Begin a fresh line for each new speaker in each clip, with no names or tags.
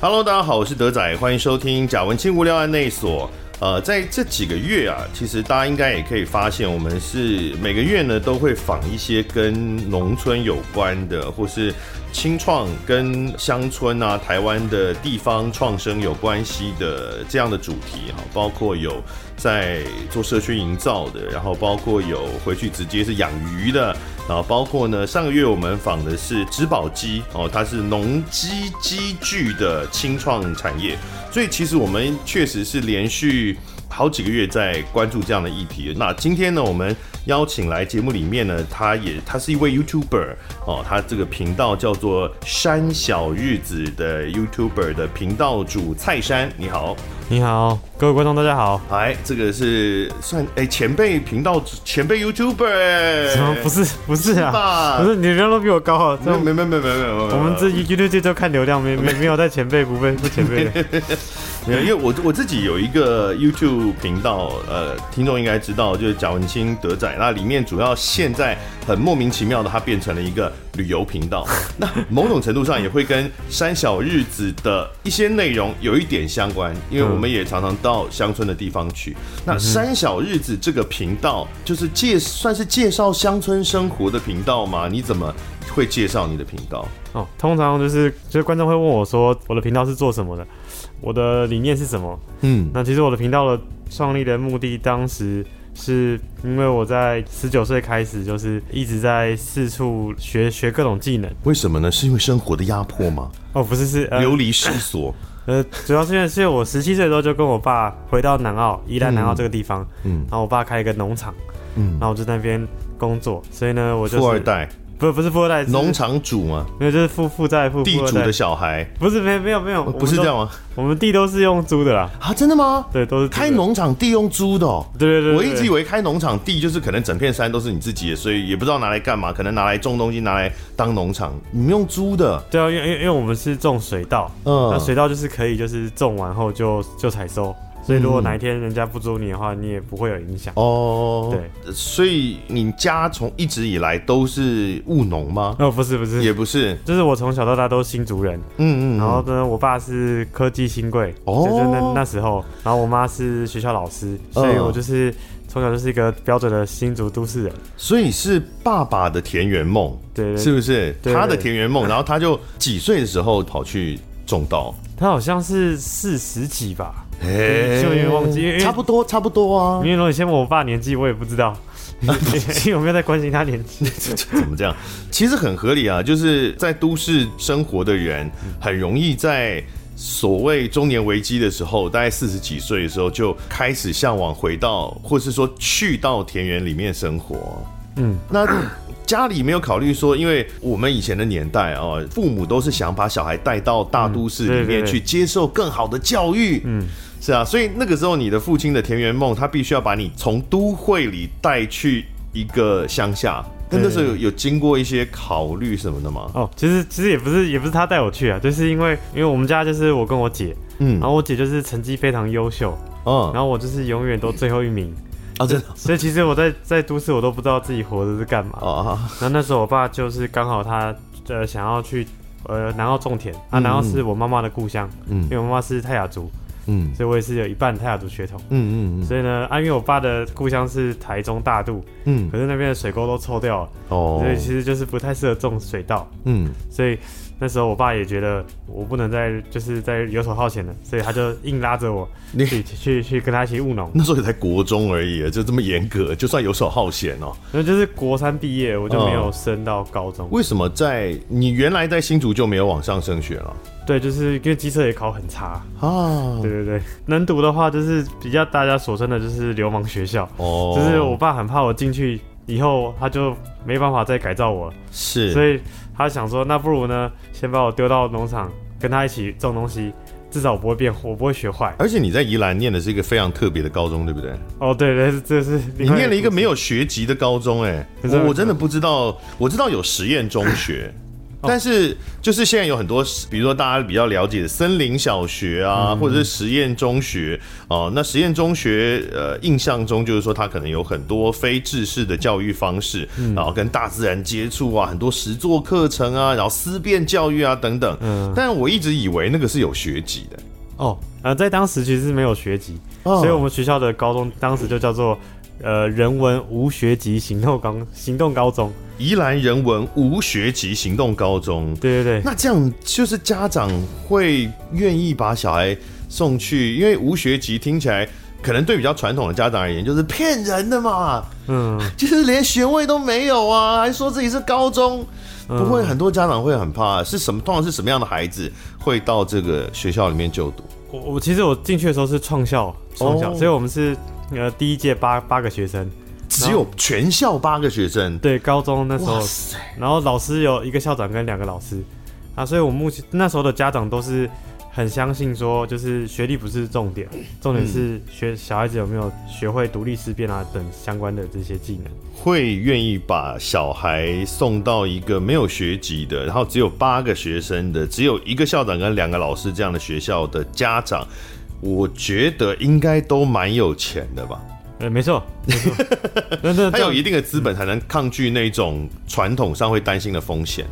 Hello，大家好，我是德仔，欢迎收听贾文清无聊案内所。呃，在这几个月啊，其实大家应该也可以发现，我们是每个月呢都会访一些跟农村有关的，或是青创跟乡村啊、台湾的地方创生有关系的这样的主题哈，包括有在做社区营造的，然后包括有回去直接是养鱼的，然后包括呢上个月我们访的是植保鸡哦，它是农机机具的青创产业。所以其实我们确实是连续好几个月在关注这样的议题。那今天呢，我们邀请来节目里面呢，他也他是一位 YouTuber 哦，他这个频道叫做“山小日子”的 YouTuber 的频道主蔡山，你好。
你好，各位观众，大家好。
哎，这个是算哎前辈频道主前辈 YouTuber 哎、
什么？不是，不是
是吧
啊，不是你流量都比我高啊。这
没？没没没没没没，
我们这 YouTube 都看流量，没没没有在前辈 不辈不前辈的。
没有，因为我我自己有一个 YouTube 频道，呃，听众应该知道，就是贾文清德仔，那里面主要现在很莫名其妙的，它变成了一个旅游频 道，那某种程度上也会跟山小日子的一些内容有一点相关，因
嗯
为我们也常常到乡村的地方去。那山小日子这个频道，就是介算是介绍乡村生活的频道吗？你怎么会介绍你的频道？
哦，通常就是就是观众会问我说，我的频道是做什么的，我的理念是什么？
嗯
那其实我的频道的创立的目的，当时是因为我在十九岁开始，就是一直在四处学学各种技能。
为什么呢？是因为生活的压迫吗？
哦，不是是呃
流离失所。
呃，主要是因为是我十七岁的时候就跟我爸回到南澳，宜兰南澳这个地方，
嗯
嗯，然后我爸开一个农场，
嗯
嗯，然后我就在那边工作，所以 呢，我就是
富二，代，
不不是富二代，
农
是
场主嘛，
没有就是富富在富
地
富二
主
代
的，小孩，
不是没有没有没有，
不是这样
我们
吗？
都，我们地都是用租的啦，
啊，真的吗？
对，都是租的
开，农场地用租的哦。
对对对对，
我一直以
为
为开农场地就是可能整片山都是你自己的，所以也不知道拿来干嘛，可能拿来种东西，拿来当农场。你们用租的，
对啊，因为因为因为我们是种水稻，
嗯
那水稻就是可以就是种完后就就采收，所以如果
嗯
哪一天人家不租你的话，你也不会有影响。
哦，
对
对，所以你家从一直以来都是务农吗？
哦，不是不是，
也不是，
就是我从小到大都是新族人，
嗯嗯，
然后呢，我爸是科技新贵，
哦嗯
就是那那时候，然后我妈是学校老师，所以我就是从小就是一个标准的新竹都市人。
所以是爸爸的田园梦，
对对
是不是？
对对
他的田园梦，然后他就几岁的时候跑去种稻，
他好像是四十几吧，
哎
就有点忘记因为
差不多，差不多啊
因。为如果你先问我爸年纪，我也不知 道，因为我没有在关心他年纪。
怎么这样？其实很合理啊，就是在都市生活的人，很容易在所谓中年危机的时候，大概四十几岁的时候，就开始向往回到，或是说去到田园里面生活。
嗯，
那家里没有考虑说，因为我们以前的年代啊，父母都是想把小孩带到大都市里
嗯对
面
对
去接受更好的教育。嗯。是啊，所以那个时候你的父亲的田园梦，他必须要把你从都会里带去一个乡下。但那时候有有经过一些考虑什么的吗？
哦，其实其实也不是也不是他带我去啊，就是因为因为我们家就是我跟我姐，
嗯
然后我姐就是成绩非常优秀，
嗯
然后我就是永远都最后一名，
啊，真的
所以其实我在在都市我都不知道自己活着是干嘛。
啊，
然后那时候我爸就是刚好他呃想要去呃南澳种田啊，
嗯
南澳是我妈妈的故乡，
嗯
因为我妈妈是泰雅族，
嗯
所以我也是有一半泰雅族血统。
嗯嗯
所以呢，啊，因为我爸的故乡是台中大肚，
嗯
可是那边的水沟都臭掉了，
哦
所以其实就是不太适合种水稻。
嗯
所以那时候我爸也觉得我不能再就是在游手好闲了，所以他就硬拉着我
你
去去去跟他一起务农。
那时候也才国中而已，就这么严格，就算游手好闲哦。
然后就是国三毕业，我就没
嗯
有升到高中。
为什么在你原来在新竹就没有往上升学了
对，就是因为机车也考很差，
啊？
对对对，能读的话就是比较大家所称的就是流氓学校，
哦
就是我爸很怕我进去以后他就没办法再改造我了，
是，
所以他想说那不如呢先把我丢到农场跟他一起种东西，至少我不会变，我不会学坏。
而且你在宜兰念的是一个非常特别的高中，对不对？
哦，对对，这是
你念了一个没
有
有学籍的高中、哎，
可是
我我真的不知道，我知道有实验中学，但是就是现在有很多，比如说大家比较了解的森林小学啊，或者是实验中学哦、那实验中学呃，印象中就是说它可能有很多非制式的教育方式，然后跟大自然接触啊，很多实作课程啊，然后思辨教育啊等等。
嗯
但我一直以为那个是有学籍的。
哦，呃，在当时其实是没有学籍，
哦
所以我们学校的高中当时就叫做呃人文无学籍行动高行动高中。
宜兰人文无学籍行动高中，
对对对，
那这样就是家长会愿意把小孩送去，因为无学籍听起来可能对比较传统的家长而言就是骗人的嘛，
嗯，
就是连学位都没有啊，还说自己是高中。
嗯
不会，很多家长会很怕，是什么？通常是什么样的孩子会到这个学校里面就读？
我我其实我进去的时候是创校创校，
哦
所以我们是呃第一届八八个学生，
只有全校八个学生，
对，高中那时候
哇塞！
然后老师有一个校长跟两个老师啊，所以我目前那时候的家长都是很相信说，就是学历不是重点，重
嗯
点是学小孩子有没有学会独立思辨啊等相关的这些技能。
会愿意把小孩送到一个没有学籍的，然后只有八个学生的，只有一个校长跟两个老师这样的学校的家长，我觉得应该都蛮有钱的吧？
呃，没错，没 错，那那
他有
这
一定的资本才能抗拒那种传统上会担心的风险。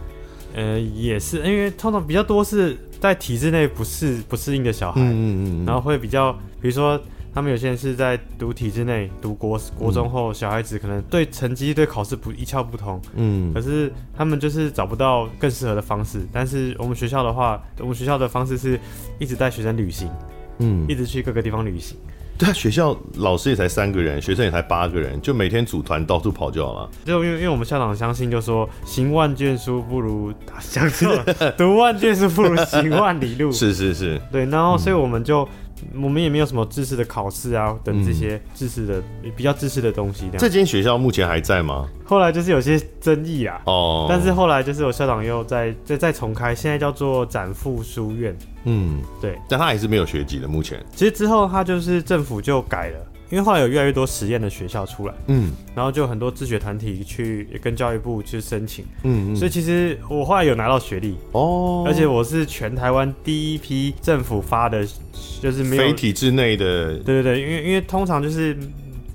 呃也是，因为通常比较多是在体制内不适不适应的小孩，
嗯嗯
然后会比较，比如说他们有些人是在读体制内读国国中后，小孩子可能对成绩对考试不一窍不通，
嗯
可是他们就是找不到更适合的方式。但是我们学校的话，我们学校的方式是一直带学生旅行，
嗯
一直去各个地方旅行，
对啊，学校老师也才三个人，学生也才八个人，就每天组团到处跑就好了。
就因为因为我们校长相信，就说行万卷书不如 相信读万卷书不如行万里路。
是嗯是是，
对，然后所以我们就、我们也没有什么知识的考试啊等
嗯
这些知识的、比较知识的东西这样。
这间学校目前还在吗？
后来就是有些争议啊。
哦，
但是后来就是我校长又再再再重开，现在叫做展复书院。
嗯，
对，
但他还是没有学籍的，目前。
其实之后他就是政府就改了，因为后来有越来越多实验的学校出来，
嗯
然后就很多自学团体去跟教育部去申请，
嗯
所
嗯，
以其实我后来有拿到学历，
哦，
而且我是全台湾第一批政府发的，就是没有
非体制内的，
对对对，因为因为通常就是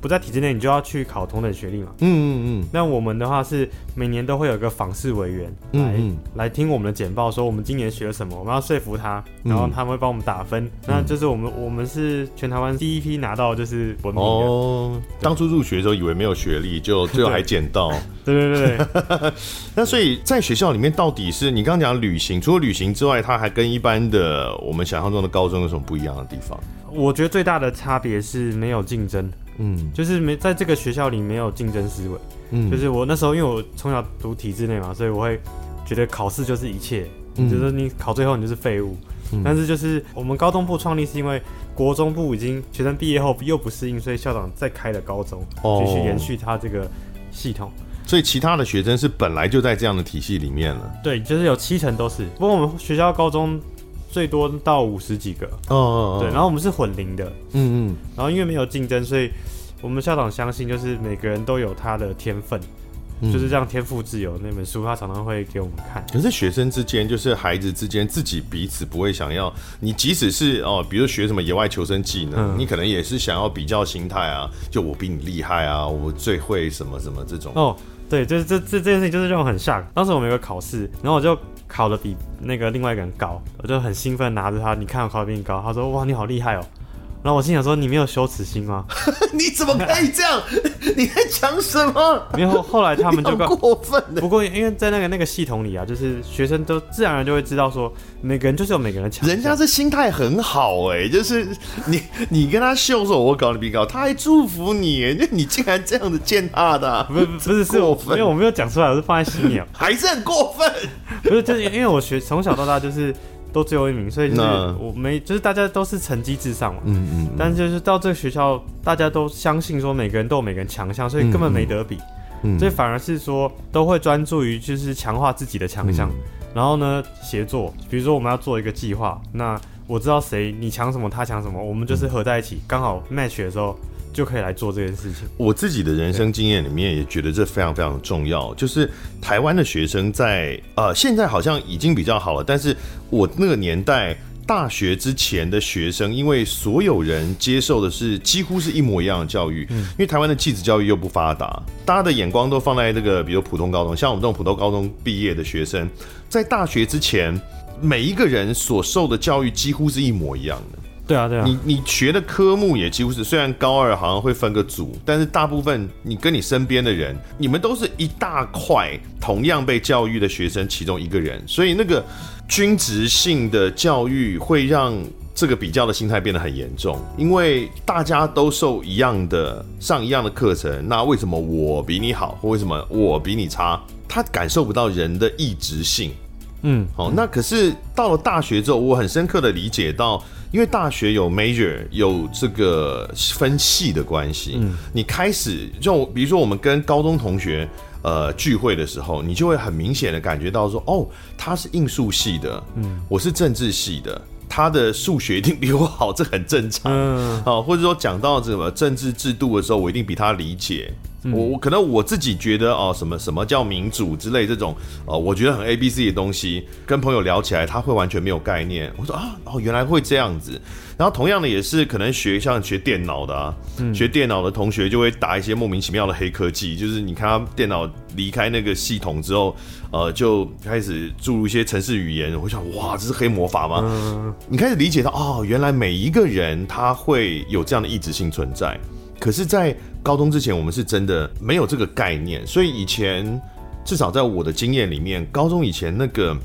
不在体制内，你就要去考同等学历嘛。
嗯嗯
那我们的话是每年都会有一个访视委员来
嗯嗯
来听我们的简报，说我们今年学了什么，我们要说服他，
嗯
然后他们会帮我们打分。那就是我们我们是全台湾第一批拿到就是
嗯，
文凭的，
哦，当初入学的时候以为没有学历， 就最后还捡到。
对对对对，
那所以在学校里面，到底是你刚刚讲旅行，除了旅行之外，它还跟一般的我们想象中的高中有什么不一样的地方？
我觉得最大的差别是没有竞争，
嗯
就是没在这个学校里没有竞争思维。
嗯
就是我那时候因为我从小读体制内嘛，所以我会觉得考试就是一切，
嗯
就是你考最后你就是废物。
嗯
但是就是我们高中部创立是因为国中部已经学生毕业后又不适应，所以校长再开了高中，
哦
继续延续他这个系统。
所以其他的学生是本来就在这样的体系里面了。
对，就是有七成都是。不过我们学校高中最多到五十几个，
哦哦
对，然后我们是混龄的，
嗯嗯，
然后因为没有竞争，所以我们校长相信就是每个人都有他的天分，
嗯
就是这样天赋自由那本书，他常常会给我们看。
可是学生之间，就是孩子之间，自己彼此不会想要。你即使是哦，比如学什么野外求生技能，
嗯
你可能也是想要比较心态啊，就我比你厉害啊，我最会什么什么这种。
哦，对，就是这这这件事情就是让我很 shock。当时我们有个考试，然后我就考的比那个另外一个人高，我就很兴奋拿着他，你看我考的比你高，他说哇你好厉害哦。然后我心想说你没有羞耻心吗？
你怎么可以这样？ 你在讲什么？
然后后来他们就
你
告
好过分的。
不过因为在那个那个系统里啊，就是学生都自然而然就会知道说每个人就是有每个人的强项，
人家这心态很好哎、就是你你跟他秀说我搞你比你高，他还祝福你，欸就你竟然这样子践踏的啊、
不是不是是我
过分
没有我没有讲出来，我是放在心里啊。
还是很过分。
不是，就是因为我学从小到大就是都最后一名，所以就是
那
我没就是大家都是成绩至上嘛。
嗯嗯
但是就是到这个学校，大家都相信说每个人都有每个人强项，所以根本没得比。
嗯
所以反而是说都会专注于就是强化自己的强项，然后呢协作，比如说我们要做一个计嗯划，那我知道谁你强什么，他强什么，我们就是合在一起，刚好 match 的时候就可以来做这件事情。
我自己的人生经验里面也觉得这非常非常重要，就是台湾的学生在呃现在好像已经比较好了，但是我那个年代大学之前的学生，因为所有人接受的是几乎是一模一样的教育，因为台湾的继子教育又不发达，大家的眼光都放在这个比如普通高中，像我们这种普通高中毕业的学生，在大学之前，每一个人所受的教育几乎是一模一样的。
对啊，对啊，
你你学的科目也几乎是，虽然高二好像会分个组，但是大部分你跟你身边的人，你们都是一大块同样被教育的学生其中一个人，所以那个均值性的教育会让这个比较的心态变得很严重，因为大家都受一样的上一样的课程，那为什么我比你好，或为什么我比你差？他感受不到人的异质性。
嗯，
哦，那可是到了大学之后，我很深刻的理解到，因为大学有 major 有这个分系的关系，你开始就比如说我们跟高中同学呃聚会的时候，你就会很明显的感觉到说，哦，他是应数系的，嗯，我是政治系的，他的数学一定比我好，这很正常，
嗯，
啊，或者说讲到什么政治制度的时候，我一定比他理解。我我可能我自己觉得哦，什么什么叫民主之类这种，呃，我觉得很 A B C 的东西，跟朋友聊起来他会完全没有概念。我说啊，哦，原来会这样子。然后同样的也是可能学像学电脑的啊，学电脑的同学就会打一些莫名其妙的黑科技，就是你看他电脑离开那个系统之后，呃，就开始注入一些程式语言。我想哇，这是黑魔法吗？你开始理解到哦，原来每一个人他会有这样的意志性存在。可是，在高中之前，我们是真的没有这个概念，所以以前至少在我的经验里面，高中以前那个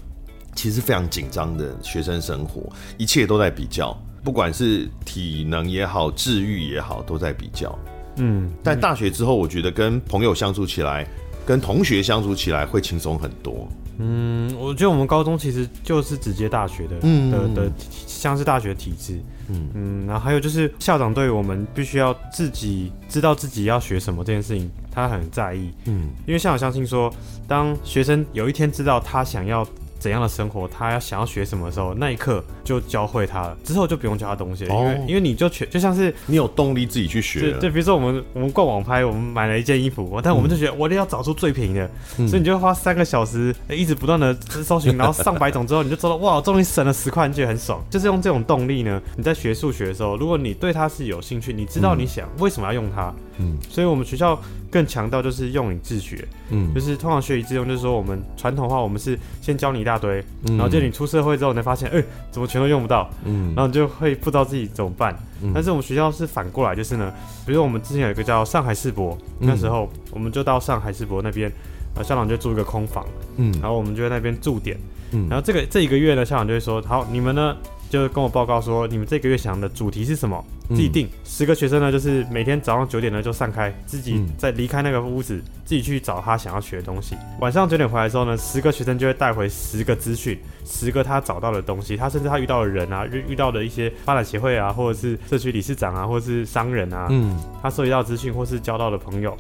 其实非常紧张的学生生活，一切都在比较，不管是体能也好，智育也好，都在比较。
嗯，
但大学之后，我觉得跟朋友相处起来，跟同学相处起来会轻松很多。
嗯，我觉得我们高中其实就是直接大学的，
嗯
的的像是大学体制，
嗯
嗯，然后还有就是校长对我们必须要自己知道自己要学什么这件事情，他很在意，
嗯
因为校长相信说，当学生有一天知道他想要怎样的生活，他想要学什么的时候，那一刻就教会他了，之后就不用教他东西了，因为、
哦
因为你就全就像是
你有动力自己去学
就
了
就比如说我们我们逛网拍，我们买了一件衣服，但我们就觉得我一定要找出最便宜的，
嗯
所以你就会花三个小时呃一直不断的搜寻，然后上百种之后，你就知道哇，我终于省了十块，你觉得很爽。就是用这种动力呢，你在学数学的时候，如果你对它是有兴趣，你知道你想、为什么要用它，
嗯
所以我们学校更强调就是用以自学，
嗯
就是通常学以致用，就是说我们传统话我们是先教你一大堆，
嗯
然后就你出社会之后，你才发现，哎、怎么全都用不到，
嗯
然后你就会不知道自己怎么办。但是我们学校是反过来，就是呢，比如说我们之前有一个叫上海世博，那时候我们就到上海世博那边，呃，校长就住一个空房，
嗯
然后我们就在那边驻点，
嗯
然后这个这一个月呢，校长就会说，好，你们呢就跟我报告说，你们这个月想的主题是什么，
嗯
自己定。十个学生呢，就是每天早上九点呢就散开，自己
嗯
再离开那个屋子，自己去找他想要学的东西。晚上九点回来之后呢，十个学生就会带回十个资讯，十个他找到的东西，他甚至他遇到的人啊，遇遇到的一些发展协会啊，或者是社区理事长啊，或者是商人啊，
嗯
他收集到资讯或是交到的朋友，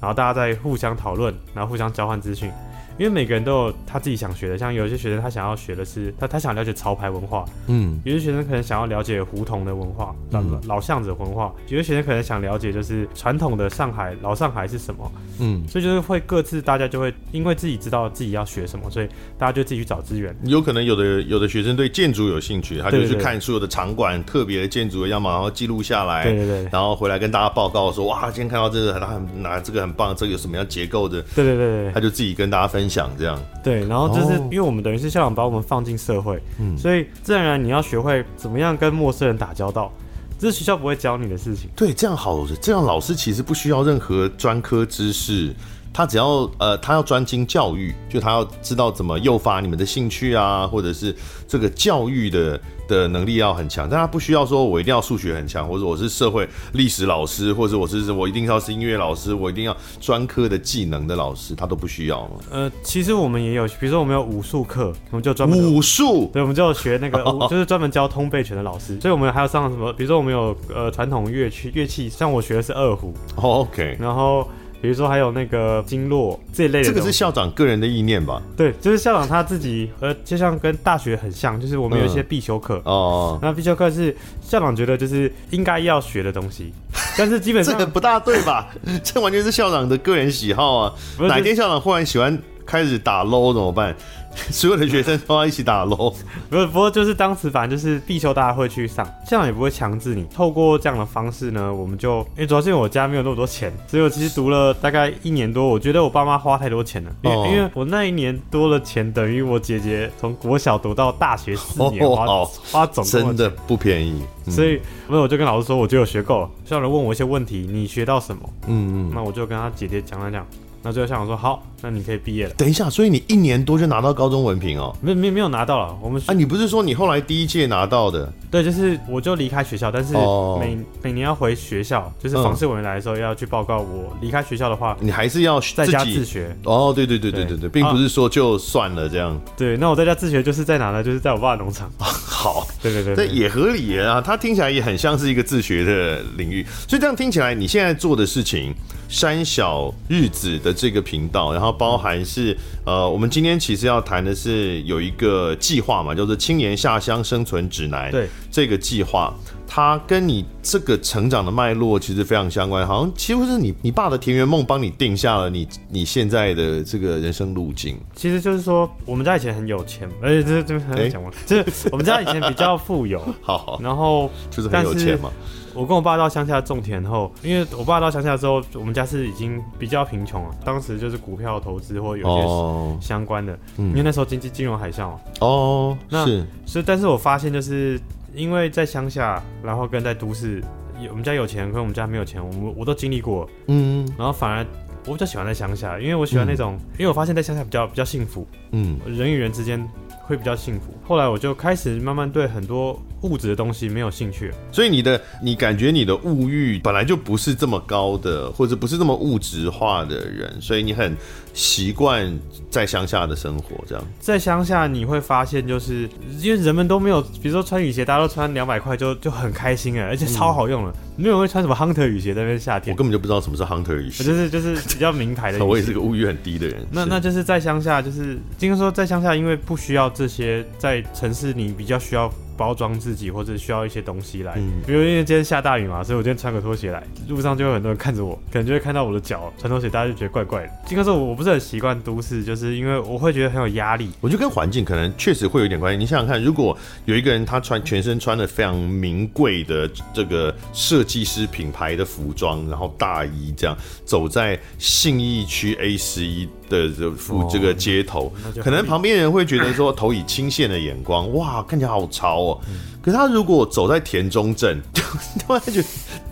然后大家再互相讨论，然后互相交换资讯。因为每个人都有他自己想学的，像有些学生他想要学的是他他想了解潮牌文化，
嗯
有些学生可能想要了解胡同的文化、老
嗯
老巷子的文化，有些学生可能想了解就是传统的上海老上海是什么，
嗯，
所以就是会各自大家就会因为自己知道自己要学什么，所以大家就自己去找资源。
有可能有的有的学生对建筑有兴趣，他就
对
去
对对
看所有的场馆特别的建筑的样貌，然后记录下来，
对对对
然后回来跟大家报告说，哇，今天看到这个，他很拿这个很棒，这个有什么样结构的，
对对对对对
他就自己跟大家分享这样。
对，然后就是
哦
因为我们等于是校长把我们放进社会，
嗯
所以自然而然你要学会怎么样跟陌生人打交道，这是学校不会教你的事情。
对，这样好，这样老师其实不需要任何专科知识，他只要呃，他要专精教育，就他要知道怎么诱发你们的兴趣啊，或者是这个教育的的能力要很强，但他不需要说我一定要数学很强，或者我是社会历史老师，或者我是我一定要是音乐老师，我一定要专科的技能的老师，他都不需要。
呃，其实我们也有，比如说我们有武术课，我们就专门有
武术，
对，我们就有学那个，武就是专门教通背拳的老师，所以我们还有上什么，比如说我们有呃传统乐器，乐器像我学的是二胡，
哦，OK，
然后比如说还有那个经络这一类的
这
东西，
个是校长个人的意念吧？
对，就是校长他自己，呃，就像跟大学很像，就是我们有一些必修课，
哦，
那必修课是校长觉得就是应该要学的东西，但是基本
这
上
个不大对吧？这完全是校长的个人喜好啊。
不是
哪天校长忽然喜欢开始打 low 怎么办？ 所有的学生都要一起打 low，
不是，不过就是当时反正就是必修大家会去上，校长也不会强制你。透过这样的方式呢，我们就因为主要是因为我家没有那么多钱，所以我其实读了大概一年多，我觉得我爸妈花太多钱了，因为、
哦
因为我那一年多的钱等于我姐姐从国小读到大学四 年
哦
花、
哦
花总
真
共
的不便宜。嗯
所以，那我就跟老师说，我觉得我学够了。校长问我一些问题，你学到什么？
嗯嗯，
那我就跟他姐姐讲了讲。那最后校长说，好，那你可以毕业了。
等一下，所以你一年多就拿到高中文凭哦？
没没没有拿到了，我们、
啊，你不是说你后来第一届拿到的？
对，就是我就离开学校，但是每、
哦
每年要回学校，就是
嗯
访视委员来的时候要去报告我离开学校的话，
你还是要
在
自
家哦自
己？
学。
哦，对对对对对对，
对啊
并不是说就算了这样。
对，那我在家自学就是在哪呢？就是在我爸的农场。
好，
对对对
这
对
也合理啊，它听起来也很像是一个自学的领域，所以这样听起来，你现在做的事情，山小日子的这个频道，然后包含是呃，我们今天其实要谈的是有一个计划嘛，叫做“青年下乡生存指南”，
对，
这个计划，它跟你这个成长的脉络其实非常相关，好像几乎是你你爸的田园梦帮你定下了你你现在的这个人生路径，
其实就是说我们家以前很有钱，而且这这还没讲完，就是我们家以前比较富 有，
好好，
然后
就是很有
但是
钱嘛，
我跟我爸到乡下种田后，因为我爸到乡下之后，我们家是已经比较贫穷了。当时就是股票投资或有些
哦
相关的，
嗯
因为那时候经济金融海啸嘛。
哦，
那
是
所以，但是我发现就是因为在乡下，然后跟在都市，有我们家有钱跟我们家没有钱，我们我都经历过，
嗯
然后反而。我比较喜欢在乡下，因为我喜欢那种，因为我发现在乡下比较比较幸福，
嗯
人与人之间会比较幸福。后来我就开始慢慢对很多物质的东西没有兴趣了，
所以你的你感觉你的物欲本来就不是这么高的，或者不是这么物质化的人，所以你很习惯在乡下的生活，这样
在乡下你会发现，就是因为人们都没有，比如说穿雨鞋，大家都穿两百块就就很开心了，而且超好用了，没有人会穿什么 Hunter 雨鞋在那边夏
我
天，
根本就不知道什么是 hunter 语
我
系
就，是就是比较名牌 的
我
雨
也
鞋。
是个物欲很低的人。
那
是
那就是在乡下，就是应该说在乡下，因为不需要这些，在城市你比较需要包装自己，或者需要一些东西来。
嗯
比如因为今天下大雨嘛，所以我今天穿个拖鞋来，路上就有很多人看着我，可能就会看到我的脚穿拖鞋，大家就觉得怪怪的。应该说我我不是很习惯都市，就是因为我会觉得很有压力。
我觉得跟环境可能确实会有一点关系。你想想看，如果有一个人他穿全身穿的非常名贵的这个设计师品牌的服装，然后大衣这样走在信义区 A 十一的这附
哦
这个街头，
那就
可能
合理
旁边人会觉得说投以倾羡的眼 光，哇，看起来好潮哦。
嗯
可是他如果走在田中镇， 就突然觉得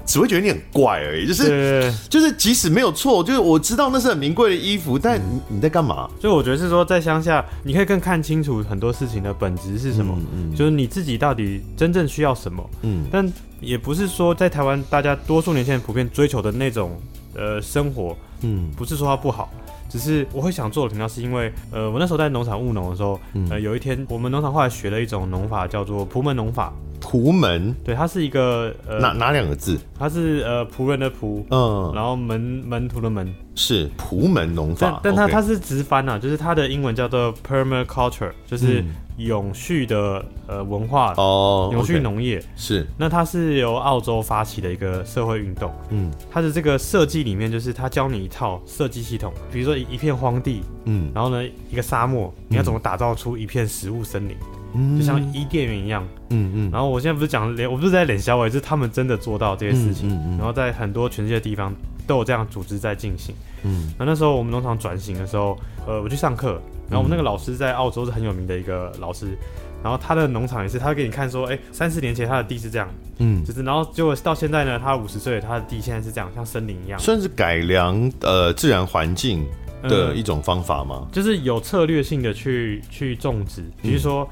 只会觉得你很怪而已，就是
对。
就是即使没有错，就是我知道那是很名贵的衣服，但
嗯
你你在干嘛？
所以我觉得是说，在乡下，你可以更看清楚很多事情的本质是什么，就是你自己到底真正需要什么。
嗯
但也不是说在台湾，大家多数年轻人普遍追求的那种呃生活，
嗯。
不是说它不好。只是我会想做的频道，是因为，呃，我那时候在农场务农的时候，呃，有一天我们农场后来学了一种农法，叫做仆门农法。
图门
对，它是一个
哪
嗯呃，
哪两个字？
它是呃仆人的仆，
嗯，
然后门门徒的门，
是蒲门农
但
法，
但它
OK
它是直翻啊，就是它的英文叫做 permaculture，就是永续的呃文化，
嗯哦，
永续
OK，
农业。
是
那它是由澳洲发起的一个社会运动，
嗯
它的这个设计里面就是它教你一套设计系统，比如说一一片荒地，
嗯
然后呢一个沙漠，你要怎么打造出一片食物森林，
嗯
就像伊甸园一样。
嗯嗯
然后我现在不是讲连，我不是在脸消委，是他们真的做到这些事情，
嗯嗯嗯
然后在很多全世界地方都有这样组织在进行。
嗯
那那时候我们农场转型的时候，呃，我去上课，然后我们那
嗯
个老师在澳洲是很有名的一个老师，然后他的农场也是，他会给你看说，哎、三四年前他的地是这样，
嗯，
就是然后结果到现在呢，他五十岁了，他的地现在是这样，像森林一样，
算是改良呃自然环境的
嗯
一种方法吗？
就是有策略性的去去种植，
嗯
比如说、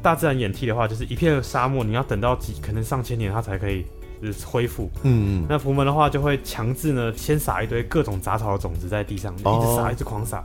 大自然演替的话，就是一片沙漠，你要等到几可能上千年它才可以。呃恢复
嗯嗯
那福门的话，就会强制呢，先撒一堆各种杂草的种子在地上，一直
哦
撒，一直狂撒，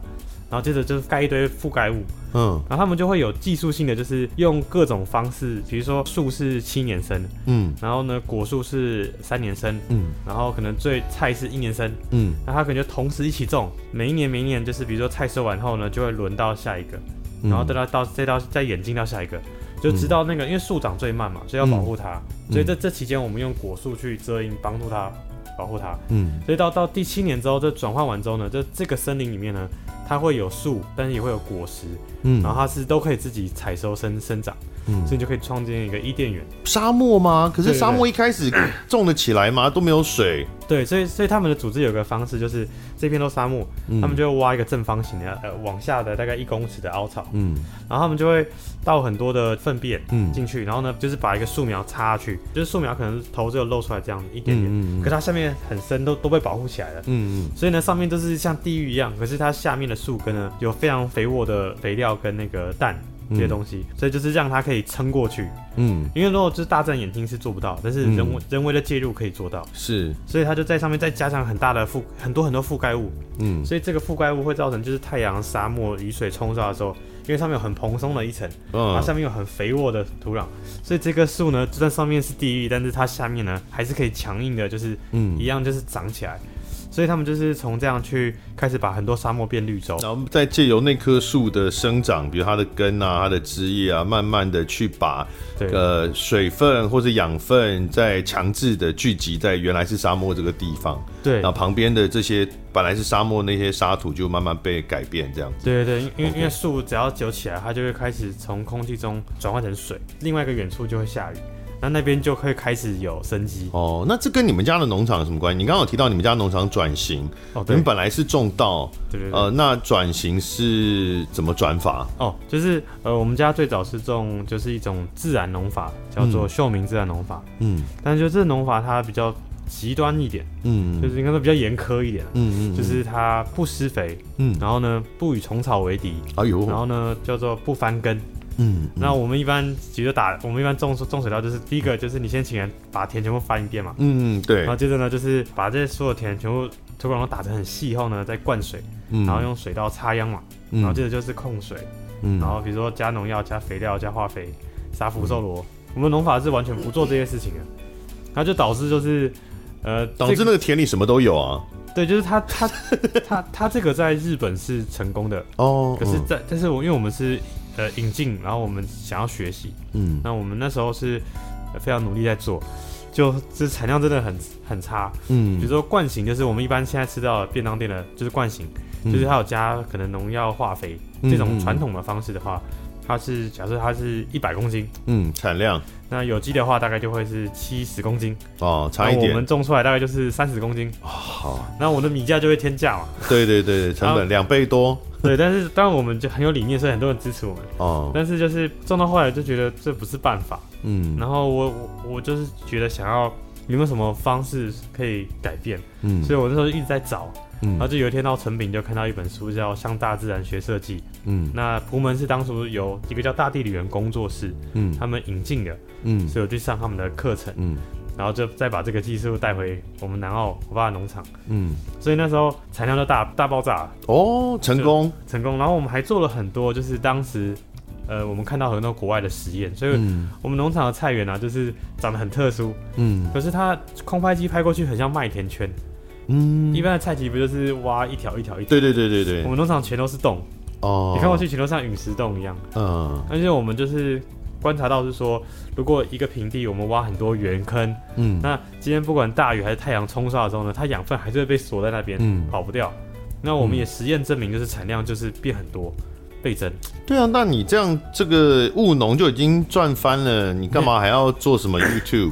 然后接着就是盖一堆覆盖物，
嗯
然后他们就会有技术性的，就是用各种方式，比如说树是七年生，
嗯
然后呢果树是三年生，
嗯
然后可能最菜是一年生，
嗯
那他可能就同时一起种，每一年每一年就是比如说菜收完后呢，就会轮到下一个，
嗯
然后等到到再到再演进到下一个，就直到
嗯
那个因为树长最慢嘛，所以要保护它，所以这这期间我们用果树去遮阴，帮助它保护它。
嗯
所以到到第七年之后，这转换完之后呢，这这个森林里面呢，它会有树，但是也会有果实，
嗯，
然后它是都可以自己采收生生长，
嗯
所以你就可以创建一个伊甸园。
沙漠吗？可是
对对
沙漠一开始种得起来吗？都没有水，
对，所以所以他们的组织有个方式，就是这片都沙漠，
嗯
他们就会挖一个正方形的，呃，往下的大概一公尺的凹槽，
嗯
然后他们就会倒很多的粪便
嗯
进去，然后呢，就是把一个树苗插下去，就是树苗可能头只有露出来这样一点点，
嗯嗯嗯
可是它下面很深，都都被保护起来了。
嗯
所以呢，上面都是像地狱一样，可是它下面的树根呢，有非常肥沃的肥料跟那个蛋这些东西，所以就是让它可以撑过去。
嗯，
因为如果就是大战眼睛是做不到，但是人为、人为的介入可以做到，
是，
所以它就在上面再加上很大的覆很多很多覆盖物，
嗯
所以这个覆盖物会造成就是太阳、沙漠、雨水冲刷的时候，因为上面有很蓬松的一层，然后
嗯
下面有很肥沃的土壤，所以这棵树呢，就算上面是地狱，但是它下面呢还是可以强硬的，就是
嗯
一样就是长起来。所以他们就是从这样去开始把很多沙漠变绿洲。
然后再借由那棵树的生长，比如它的根啊、它的枝叶啊，慢慢的去把
对，
呃水分或者养分再强制的聚集在原来是沙漠这个地方，
对
然后，旁边的这些本来是沙漠那些沙土就慢慢被改变，这样子。
对对对，因因为
OK
因为树只要久起来，它就会开始从空气中转换成水，另外一个远处就会下雨，那那边就会开始有生机。
哦，那这跟你们家的农场有什么关系？你刚刚有提到你们家农场转型，
哦，
你
对
们本来是种稻，
对对对，
呃，那转型是怎么转法？
哦，就是呃，我们家最早是种就是一种自然农法，叫做秀明自然农法，
嗯
但是就这农法它比较极端一点，
嗯
就是应该说比较严苛一点，啊
嗯嗯
就是它不施肥，
嗯，
然后呢不与虫草为敌，
哎呦，
然后呢叫做不翻耕。
嗯，
那我们一般其实打，我们一般种种水稻就是第一个就是你先请人把田全部翻一遍嘛，
嗯对
然后，接着呢就是把这些所有田全部土壤都打得很细以后呢，再灌水，
然
然后用水稻插秧嘛，
嗯，
然后接着就是控水，
嗯
然后比如说加农药、加肥料、加化肥、杀福寿螺，我们农法是完全不做这些事情的，然后就导致就是呃
导致
这
那
个
个田里什么都有啊。
对，就是他他他他这个在日本是成功的，
哦，
可是在但是我因为我们是呃引进，然后我们想要学习。
嗯，
那我们那时候是呃非常努力在做，就这产量真的很很差。比如
嗯
说惯型，就是我们一般现在吃到的便当店的，就是惯型，
嗯
就是它有加可能农药、化肥
嗯
这种传统的方式的话，它是假设它是一百公斤，
嗯，产量
那有机的话大概就会是七十公斤，
哦，差
那
一
我
点哦
们，种出来大概就是三十公斤，
好，
那我的米价就会天价嘛。
对对对，成本两倍多
对，但是当然我们就很有理念，所以很多人支持我们，
哦，
但是就是种到后来就觉得这不是办法。
嗯
然后我我我就是觉得想要有没有什么方式可以改变，
嗯
所以我那时候一直在找，然后
嗯
就有一天到成品就看到一本书叫《向大自然学设计》，
嗯
那蒲门是当初有一个叫大地理人工作室，
嗯
他们引进的，
嗯
所以我去上他们的课程，
嗯
然后就再把这个技术带回我们南澳我爸的农场，
嗯，
所以那时候产量就大大爆炸
哦，成功，
成功，然后我们还做了很多，就是当时。呃，我们看到很多国外的实验，所以
嗯
我们农场的菜园啊，就是长得很特殊，
嗯
可是它空拍机拍过去很像麦田圈，
嗯，
一般的菜畦不就是挖一条一条一条？
对对对对对
我，们农场全都是洞，
哦，
你看过去全都像陨石洞一样。
嗯
而且我们就是观察到是说，如果一个平地我们挖很多圆坑，
嗯
那今天不管大雨还是太阳冲刷的时候呢，它养分还是会被锁在那边，
嗯，
跑不掉。那我们也实验证明，就是产量就是变很多，倍增。
对啊，那你这样这个务农就已经赚翻了，你干嘛还要做 什么 YouTube，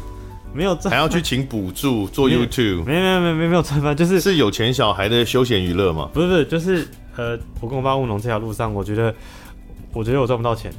没有这
还要去请补 助做 YouTube？
没有没有没有没有没有成分，就是
是有钱小孩的休闲娱乐嘛？
不是不是就是呃，我跟我爸务农这条路上，我觉得我觉得我赚不到钱，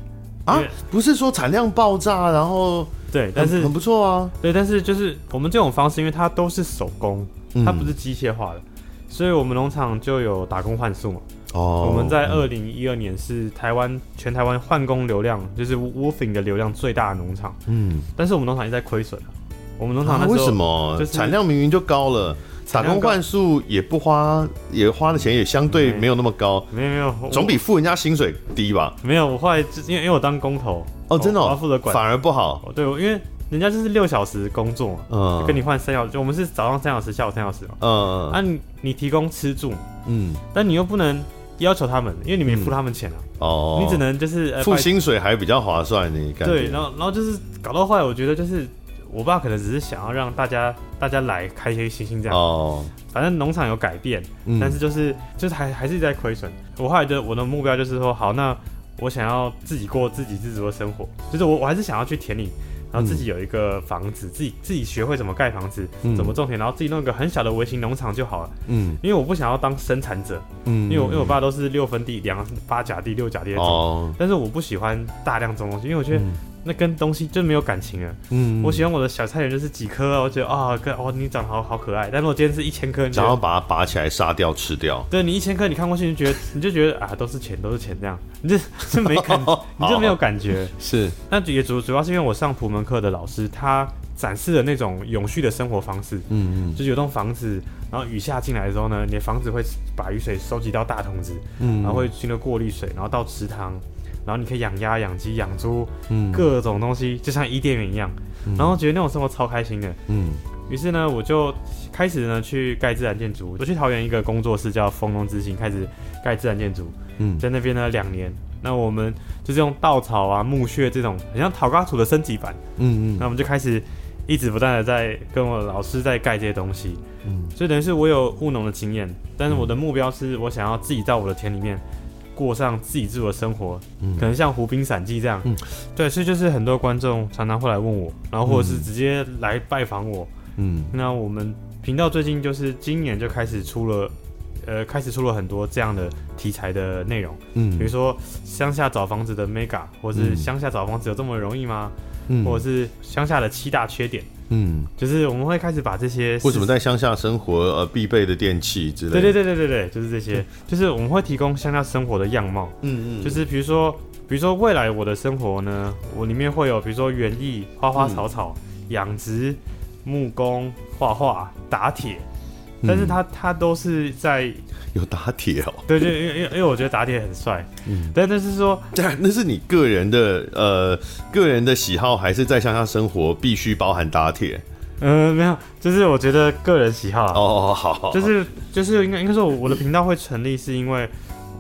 啊
因为，
不是说产量爆炸，然后
对，但是
很不错啊。
对，但是就是我们这种方式，因为它都是手工，它不
嗯
是机械化的，所以我们农场就有打工换宿嘛。
哦，
我们在二零一二年是台湾全台湾换工流量，就是 Wolfing 的流量最大的农场，
嗯，
但是我们农场一直在亏损啊。我们农场
啊
那时候、
为什么
就是
产量明明就高了，打
产量
工
高
换数也不花，也花的钱也相对
嗯
没有那么高，
没有没有我
总比付人家薪水低吧？
没有。我后来就因为因为我当工头
哦，真的
我要
哦，
负责管
反。而不好。
哦对，我因为人家就是六小时工作嘛，
嗯，
跟你换三小时，我们是早上三小时，下午三小时嘛。
嗯
啊你，你提供吃住嘛，
嗯
但你又不能要求他们，因为你没付他们钱啊。
哦，
你只能就是、呃、
付
拜
薪水还比较划算，你感觉
对，然后然后就是搞到后来，我觉得就是我爸可能只是想要让大家大家来开开心心这样。
哦，
反正农场有改变，
嗯
但是就是就是还还是在亏损。我后来的我的目标就是说，好，那我想要自己过自给自足的生活，就是我我还是想要去田里，然后自己有一个房子，自己自己学会怎么盖房子，
嗯
怎么种田，然后自己弄一个很小的微型农场就好了。
嗯
因为我不想要当生产者，
嗯
因为我因为我爸都是六分地、两八甲地、六甲地的种，
哦，
但是我不喜欢大量种东西，因为我觉得
嗯
那跟东西就没有感情了。
嗯
我喜欢我的小菜园就是几颗啊，我觉得啊，跟哦你长得好好可爱，但如果今天是一千颗，你觉
想要
得
把它拔起来杀掉吃掉。
对你一千颗，你看过去你就觉得你就觉得啊都是钱都是钱这样， 你这这没感， 你这没有感觉。
是，
那也主主要是因为我上普门课的老师他展示了那种永续的生活方式，
嗯
就是有栋房子，然后雨下进来的时候呢，你的房子会把雨水收集到大桶子，
嗯
然后会经过过滤水，然后到池塘，然后你可以养鸭、养鸡、养猪，
嗯
各种东西，就像伊甸园一样，然后觉得那种生活超开心的。
嗯
于是呢，我就开始呢去盖自然建筑。我去桃园一个工作室叫风龙之星，开始盖自然建筑，
嗯
在那边呢两年。那我们就是用稻草啊、木屑这种很像陶嘎土的升级版，
嗯
那我们就开始一直不断的在跟我老师在盖这些东西，
嗯
所以等于是我有务农的经验，但是我的目标是我想要自己到我的田里面过上自给自足的生活，
嗯
可能像湖滨散记这样，
嗯
对，所以就是很多观众常常会来问我，然后或者是直接来拜访我，
嗯
那我们频道最近就是今年就开始出了。呃，开始出了很多这样的题材的内容，比如
嗯
说乡下找房子的 mega，或是
嗯
乡下找房子有这么容易吗？
嗯
或者是乡下的七大缺点，
嗯，
就是我们会开始把这些事
为什么在乡下生活呃必备的电器之类的？
对对对对对对，就是这些，就是我们会提供乡下生活的样貌，
嗯嗯，
就是比如说，比如说未来我的生活呢，我里面会有比如说园艺、花花草草、
嗯
养殖、木工、画画、打铁，
嗯
但是它它都是在
有打铁哦。
对对，因为因为因为我觉得打铁很帅，
嗯
但但是说
当啊然，那是你个人的呃个人的喜好，还是在乡下生活必须包含打铁？
嗯、呃没有，就是我觉得个人喜好啊，
哦，好好，
就是就是应该应该说我的频道会成立是因为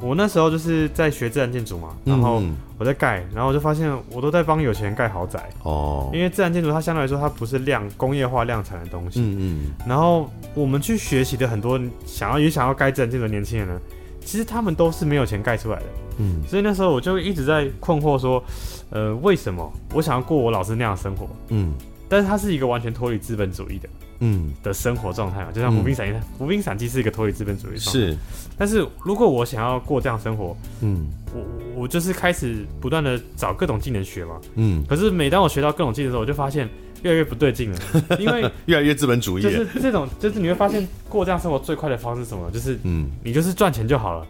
我那时候就是在学自然建筑嘛，然后
嗯
我在盖，然后我就发现我都在帮有钱人盖豪宅，
哦，
因为自然建筑它相对来说它不是量工业化量产的东西。
嗯
然后我们去学习的很多想要也想要盖自然建筑的年轻人呢，其实他们都是没有钱盖出来的。
嗯嗯
所以那时候我就一直在困惑说，呃，为什么我想要过我老师那样的生活？
嗯
但是它是一个完全脱离资本主义的
嗯，
的生活状态嘛，就像
嗯
无冰散，无冰散机是一个脱离资本主义的状态。
是，
但是如果我想要过这样生活，
嗯
我我我就是开始不断的找各种技能学嘛。
嗯，
可是每当我学到各种技能的时候，我就发现越来越不对劲了，因为
越来越资本主义
就
了，
是这种，就是你会发现过这样生活最快的方式是什么？就是
嗯。
你就是赚钱就好了，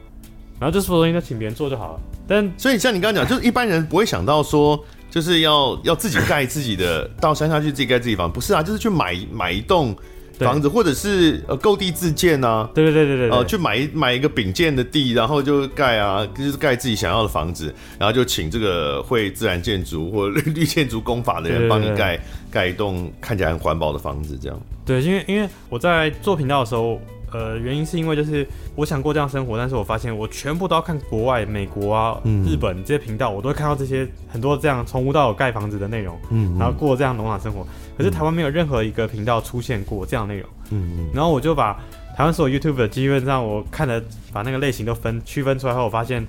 然后就所有东西都请别人做就好了。但
所以像你刚刚讲，就是一般人不会想到说，就是要要自己盖自己的，到乡下去自己盖自己房，不是啊，就是去买买一栋
对
房子，或者是呃购地自建啊，
对对对对对对，
呃去买一买一个丙建的地，然后就盖啊，就是盖自己想要的房子，然后就请这个会自然建筑或 绿建筑工法的
对对
人
对
帮你盖盖一栋看起来很环保的房子，这样。
对，因为因为我在做频道的时候，呃，原因是因为就是我想过这样生活，但是我发现我全部都要看国外、美国啊、
嗯
日本这些频道，我都会看到这些很多这样从无到有盖房子的内容，
嗯
然后过这样农场生活。可是台湾没有任何一个频道出现过这样的内容，
嗯
然后我就把台湾所有 YouTube 的基本上我看了，把那个类型都分区分出来后，我发现，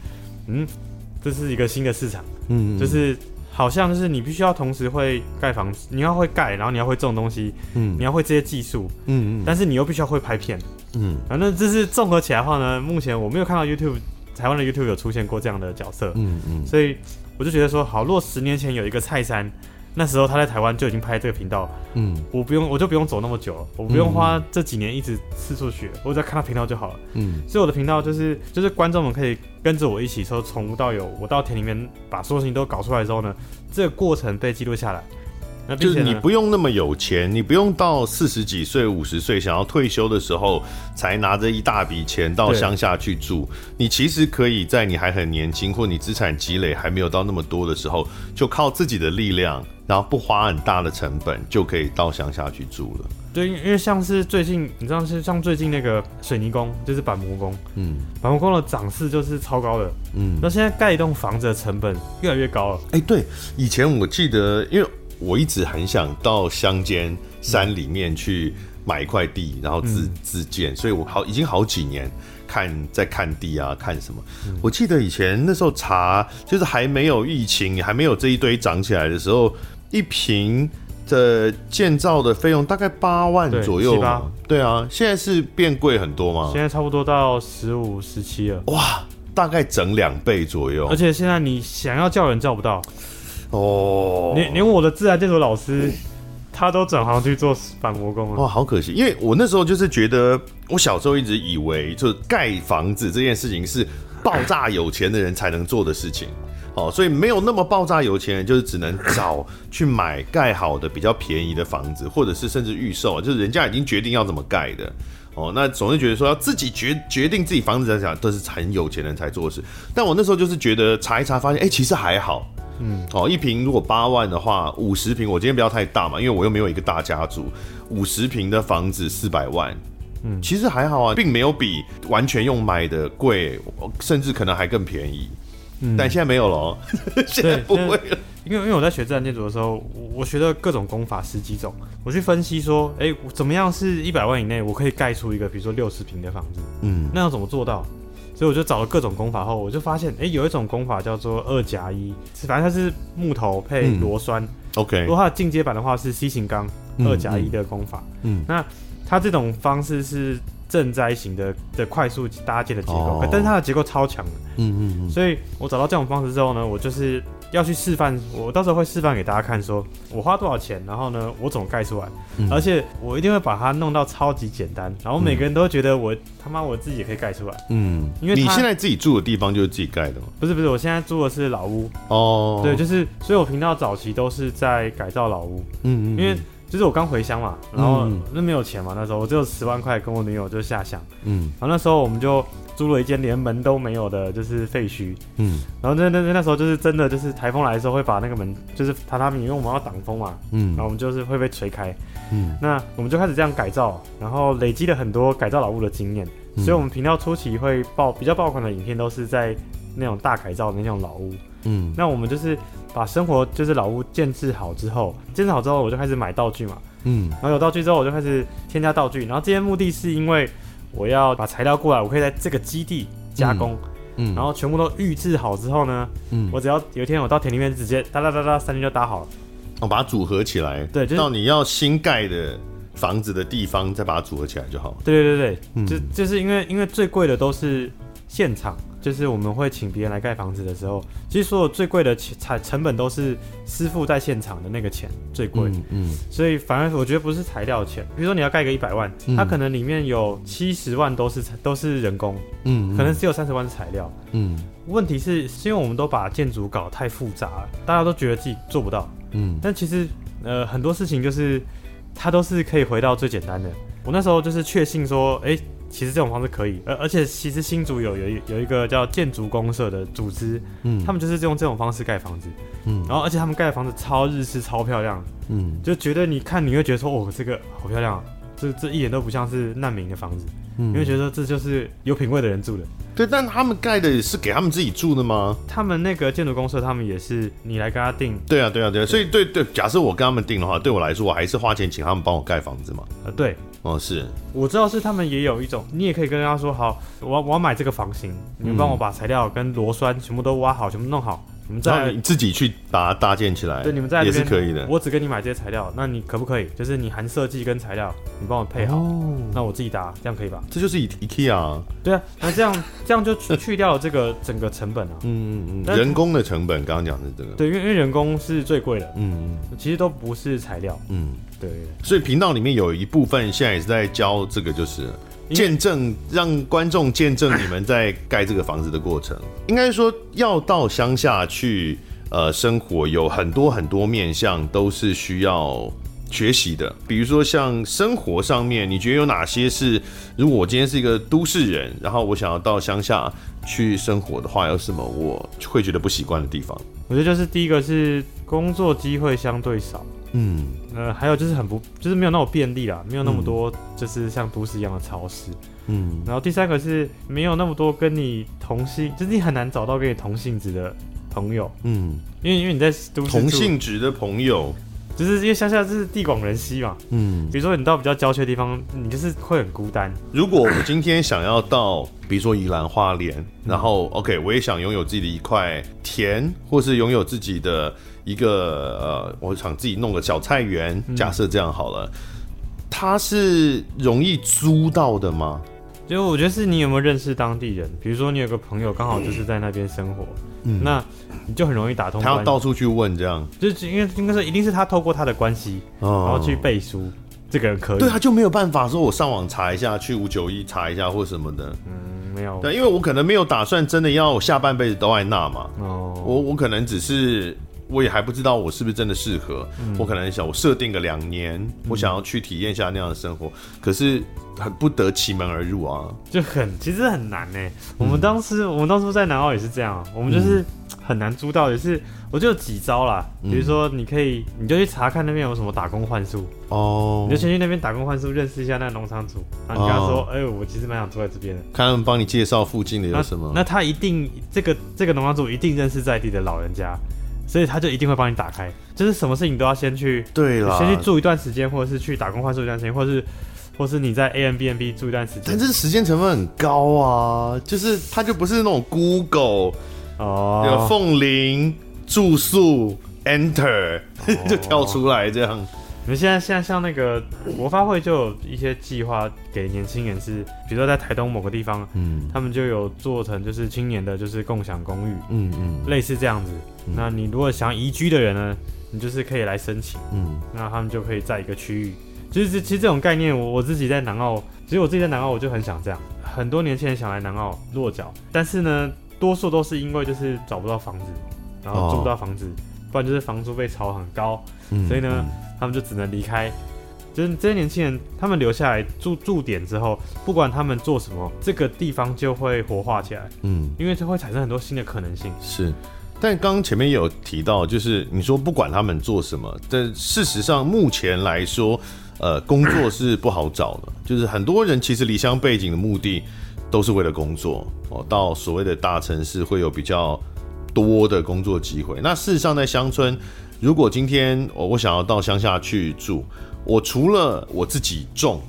嗯，这是一个新的市场，
嗯
就是好像就是你必须要同时会盖房子，你要会盖，然后你要会种东西，
嗯
你要会这些技术，
嗯
但是你又必须要会拍片。
嗯
反正这是综合起来的话呢，目前我没有看到 YouTube 台湾的 YouTube 有出现过这样的角色，
嗯嗯
所以我就觉得说，好，若十年前有一个蔡山，那时候他在台湾就已经拍这个频道，
嗯
我不用我就不用走那么久了，我不用花这几年一直次数学，我只要看他频道就好了。
嗯
所以我的频道就是就是观众们可以跟着我一起说从无到有，我到田里面把所有事情都搞出来之后呢，这个过程被记录下来。那
就
并且
是
呢
你不用那么有钱，你不用到四十几岁、五十岁想要退休的时候才拿着一大笔钱到
对
乡下去住。你其实可以在你还很年轻，或你资产积累还没有到那么多的时候，就靠自己的力量，然后不花很大的成本，就可以到乡下去住了。
对，因为因为像是最近你知道是像最近那个水泥工就是板模工，
嗯
板模工的涨势就是超高的，
嗯，
那现在盖一栋房子的成本越来越高了。
哎、对，以前我记得，因为我一直很想到乡间山里面去买一块地，然后
嗯
自、自建，所以我好已经好几年看在看地啊，看什么。
嗯
我记得以前那时候查，就是还没有疫情，还没有这一堆涨起来的时候，一平的建造的费用大概八万
对
左右
七
嘛
八。
对啊，现在是变贵很多吗
现？在差不多到十五、十七了，
哇，大概整两倍左右
而。且现在你想要叫人叫不到，
哦，
连连我的自然建筑老师，他都转行去做板模工了。
哇，好可惜，因为我那时候就是觉得，我小时候一直以为，就是盖房子这件事情是爆炸有钱的人才能做的事情。哦，所以没有那么爆炸有钱人，就是只能找去买盖好的比较便宜的房子，或者是甚至预售，啊就是人家已经决定要怎么盖的。哦，那总是觉得说要自己决决定自己房子怎么讲，都是很有钱人才做的事。但我那时候就是觉得查一查，发现哎、其实还好。嗯，哦，一平如果八万的话，五十平我今天不要太大嘛，因为我又没有一个大家族，五十平的房子四百万，嗯，其实还好啊，并没有比完全用买的贵，甚至可能还更便宜。但现在没有了哦， 现在不会了。
因为因为嗯我在学自然建筑的时候，我我学了各种工法十几种，我去分析说，哎、我怎么样是一百万以内我可以盖出一个比如说六十平的房子，
嗯，
那要怎么做到？所以我就找了各种工法后，我就发现，哎、有一种工法叫做二夹一，是反正它是木头配
嗯
螺栓，
OK，
如果它的进阶版的话是 C 型钢
嗯
二加一的工法，
嗯
嗯，那它这种方式是正灾型的的快速搭建的结构，
哦
可但是它的结构超强的，
嗯嗯
所以我找到这种方式之后呢，我就是要去示范，我到时候会示范给大家看说我花多少钱，然后呢我怎么盖出来，
嗯
而且我一定会把它弄到超级简单，然后每个人都会觉得我、他妈我自己也可以盖出来，
嗯，
因为
你
它
现在自己住的地方就是自己盖的吗？
不是不是，我现在住的是老屋，
哦，
对，就是，所以我频道早期都是在改造老屋。
嗯嗯，
因为就是我刚回乡嘛，然后
嗯
那没有钱嘛，那时候我只有十万块，跟我女友就下乡，
嗯
然后那时候我们就租了一间连门都没有的，就是废墟，
嗯
然后那那那那时候就是真的就是台风来的时候会把那个门就是榻榻米，因为我们要挡风嘛，
嗯
然后我们就是会被吹开，
嗯
那我们就开始这样改造，然后累积了很多改造老屋的经验，
嗯
所以我们频道初期会爆比较爆款的影片都是在那种大改造的那种老屋，
嗯
那我们就是把生活就是老屋建制好之后，建制好之后我就开始买道具嘛。
嗯
然后有道具之后，我就开始添加道具。然后这些目的是因为我要把材料过来，我可以在这个基地加工，
嗯，
然后全部都预制好之后呢，
嗯，
我只要有一天我到田里面直接哒哒哒哒三天就搭好了。
我哦把它组合起来，
对就是
到你要新盖的房子的地方再把它组合起来就好了。
对对对对，
嗯
就就是因为因为最贵的都是现场，就是我们会请别人来盖房子的时候，其实所有最贵的钱材成本都是师傅在现场的那个钱最贵。
嗯嗯
所以反而我觉得不是材料钱，比如说你要盖个一百万，
嗯
它可能里面有七十万都是都是人工，
嗯
可能只有三十万是材料。
嗯
问题是，是因为我们都把建筑搞得太复杂了，大家都觉得自己做不到。
嗯
但其实，呃，很多事情就是它都是可以回到最简单的。我那时候就是确信说，诶，其实这种方式可以，而、而且其实新竹有有一有一个叫建筑公社的组织，
嗯
他们就是用这种方式盖房子，
嗯
然后而且他们盖的房子超日式、超漂亮，
嗯
就觉得你看你会觉得说，哦，这个好漂亮、啊，这这一点都不像是难民的房子，
嗯
你会觉得这就是有品味的人住的。
对，但他们盖的是给他们自己住的吗？
他们那个建筑公社，他们也是你来跟他定，
对啊，对啊，对啊，所以对对，假设我跟他们订的话，对我来说，我还是花钱请他们帮我盖房子嘛。
呃，对，
哦，是，
我知道是他们也有一种，你也可以跟他说，好，我要我要买这个房型，你们帮我把材料跟螺栓全部都挖好，全部弄好，你们
然
再
后你自己去把它搭建起来，
对你们在
也
这
是
边
可以的。
我只跟你买这些材料，那你可不可以？就是你含设计跟材料，你帮我配好，
哦，
那我自己搭，这样可以吧？
这就是 I- IKEA，啊
对啊，那这样这样就去去掉了这个整个成本啊。
嗯嗯嗯，
但
人工的成本，刚刚讲的这个，
对，因为因为人工是最贵的，
嗯
其实都不是材料。
嗯嗯，
对，
所以频道里面有一部分现在也是在教这个，就是
因为
见证，让观众见证你们在盖这个房子的过程。应该说，要到乡下去呃生活，有很多很多面向都是需要学习的。比如说，像生活上面，你觉得有哪些是，如果我今天是一个都市人，然后我想要到乡下去生活的话，有什么我会觉得不习惯的地方？
我觉得就是第一个是工作机会相对少，
嗯
呃，还有就是很不，就是没有那种便利啦，没有那么多就是像都市一样的超市。
嗯
然后第三个是没有那么多跟你同性，就是你很难找到跟你同性质的朋友，
嗯，
因为因为你在都市
同
住
性质的朋友，
就是因为乡下是地广人稀嘛。
嗯，
比如说你到比较郊区的地方，你就是会很孤单。
如果我今天想要到，比如说宜兰花莲，
嗯
然后 OK，我也想拥有自己的一块田，或是拥有自己的一个呃，我想自己弄个小菜园，
嗯
假设这样好了，它是容易租到的吗？
就我觉得是你有没有认识当地人，比如说你有个朋友刚好就是在那边生活，那你就很容易打
嗯
通
他要
关系。
到处去问这样，
就是因为应该说一定是他透过他的关系，然后
哦
去背书，这个人可以。
对，他就没有办法说我上网查一下，去五九一查一下或什么的，
嗯，没有。
对，因为我可能没有打算真的要我下半辈子都爱那嘛，
哦，
我我可能只是我也还不知道我是不是真的适合，
嗯
我可能想我设定个两年，我想要去体验一下那样的生活，可是很不得其门而入啊。
就很其实很难呢、
嗯
我们当时、我们当初在南澳也是这样啊，我们就是很难租到，也是我就有几招啦，
嗯
比如说你可以你就去查看那边有什么打工换宿，
哦
你就先去那边打工换宿认识一下那个农场主，然后你跟他说，哎、我其实蛮想住在这边的。
看他们帮你介绍附近的哦有
那
什么。
那他一定这个这个农场主一定认识在地的老人家，所以他就一定会帮你打开，就是什么事情都要先去
对啦，
先去住一段时间，或者是去打工换宿一段时间，或是或是你在 A M B N B 住一段时
但
间。
这时间成本很高啊，就是它就不是那种 Google 有
哦，
凤林住宿 Enter
哦
就跳出来这样。
你们现在现在像那个国发会就有一些计划给年轻人是，比如说在台东某个地方，
嗯
他们就有做成就是青年的就是共享公寓，
嗯嗯
类似这样子。那你如果想移居的人呢，你就是可以来申请，
嗯，
那他们就可以在一个区域。其实这其实这种概念，我我自己在南澳，其实我自己在南澳我就很想这样，很多年轻人想来南澳落脚，但是呢，多数都是因为就是找不到房子，然后租不到房子，不然就是房租被炒很高，
嗯
所以呢，他们就只能离开。就是这些年轻人，他们留下来住驻点之后，不管他们做什么，这个地方就会活化起来，
嗯。
因为它会产生很多新的可能性。
是，但刚刚前面也有提到，就是你说不管他们做什么，但事实上目前来说，呃，工作是不好找的， 就是很多人其实离乡背景的目的都是为了工作哦，到所谓的大城市会有比较多的工作机会。那事实上在乡村，如果今天我、哦我想要到乡下去住，我除了我自己种。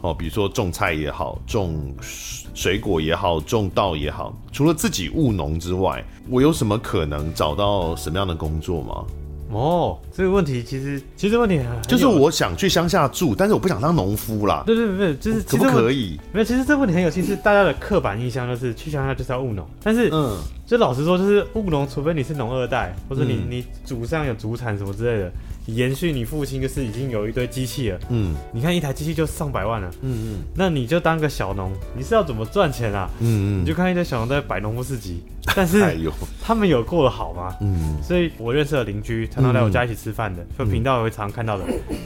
哦，比如说种菜也好，种水水果也好，种稻也好，除了自己务农之外，我有什么可能找到什么样的工作吗？
哦，这个问题其实其实这个问题很
就是，
很有
我想去乡下住，但是我不想当农夫啦，
对对对，就是
可
其实
不
这个
可以？
没有，其实这个问题很有趣，是大家的刻板印象就是去乡下就是要务农，但是、
嗯，
就老实说，就是务农，除非你是农二代，或者你、
嗯
你祖上有祖产什么之类的，你延续你父亲就是已经有一堆机器了，
嗯
你看一台机器就上百万了，
嗯
那你就当个小农，你是要怎么赚钱啊？
嗯嗯
你就看一堆小农在摆农夫市集， 但
嗯，哎
是
呦，
他们有过得好吗？
嗯
所以我认识的邻居，常常来我家一起吃饭的，就频道也会常看到的，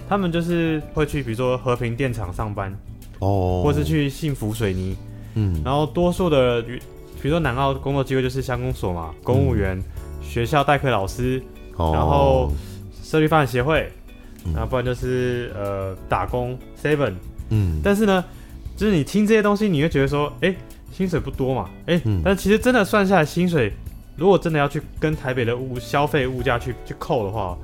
他们就是会去，比如说和平电厂上班，
哦，
或是去幸福水泥，
嗯
然后多数的，比如说南澳工作机会就是乡公所
嗯
嘛，公务员、学校代课老师、
哦，
然后社区发展协会，然后不然就是呃打工 seven。
嗯
但是呢，就是你听这些东西，你会觉得说，哎，薪水不多嘛，哎，
嗯
但其实真的算下来，薪水如果真的要去跟台北的物消费物价去去扣的话，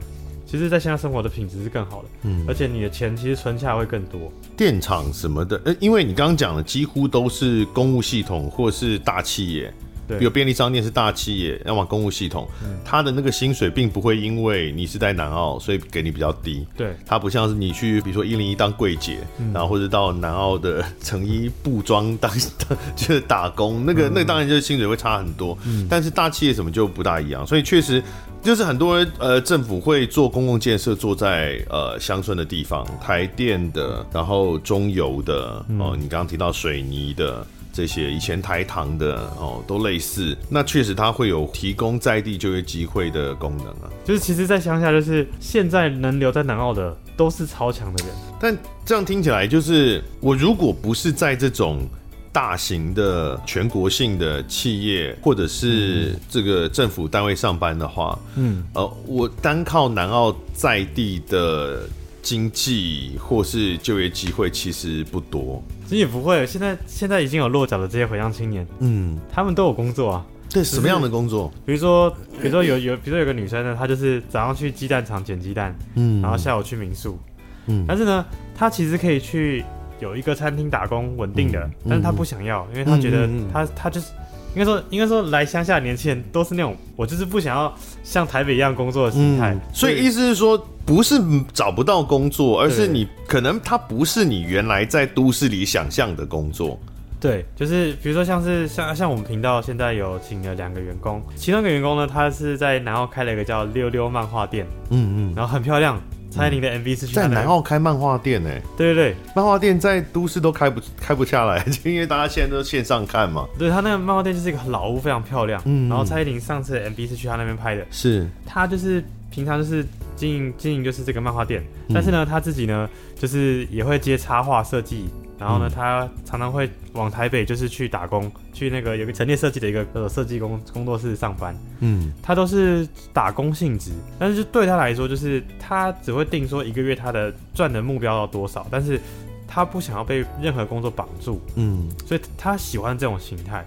其实在乡下生活的品质是更好的，
嗯
而，且你的钱其实存下来会更多。
电厂什么的，呃，因为你刚刚讲的几乎都是公务系统或是大企业。
对
有便利商店是大企业，要么公务系统，它的那个薪水并不会因为你是在南澳，所以给你比较低。
对，
它不像是你去，比如说一零一当柜姐，然后或者到南澳的成衣布庄当当就是打工，那个那个当然就是薪水会差很多，但是大企业什么就不大一样，所以确实就是很多呃政府会做公共建设，做在呃乡村的地方，台电的，然后中油的，哦、你刚刚提到水泥的。这些以前台糖的哦，都类似，那确实它会有提供在地就业机会的功能啊。
就是其实，在乡下，就是现在能留在南澳的都是超强的人。
但这样听起来，就是我如果不是在这种大型的全国性的企业或者是这个政府单位上班的话，
嗯，
呃，我单靠南澳在地的经济或是就业机会其实不多。
其实也不会，现在现在已经有落脚的这些回乡青年，
嗯，
他们都有工作啊，
对什么样的工作？
比如说，比如说有有，比如说有个女生呢，她就是早上去鸡蛋厂捡鸡蛋，
嗯
然后下午去民宿，
嗯
但是呢，她其实可以去有一个餐厅打工，稳定的，但是她不想要，因为她觉
嗯
得
嗯嗯嗯
她她就是。应该说，应该说，来乡下的年轻人都是那种，我就是不想要像台北一样工作的心态、
嗯所以意思是说，不是找不到工作，而是
对
你可能它不是你原来在都市里想象的工作。
对，就是比如说像是像像我们频道现在有请了两个员工，其中一个员工呢，他是在南澳开了一个叫溜溜漫画店，
嗯嗯，
然后很漂亮，蔡依林的 MV 是去他
在
那
南，澳开漫画店呢、
对对对，
漫画店在都市都开不开不下来， 因为大家现在都线上看嘛。
对他那个漫画店就是一个老屋，非常漂亮。
嗯
然后蔡依林上次的 MV 是去他那边拍的，
是，
他就是平常就是经营经营就是这个漫画店，但是呢他自己呢就是也会接插画设计，然后呢、他常常会往台北就是去打工，去那个有个陈列设计的一个呃设计工工作室上班。
嗯
他都是打工性质，但是就对他来说，就是他只会定说一个月他的赚的目标要多少，但是他不想要被任何工作绑住，
嗯，
所以他喜欢这种形态。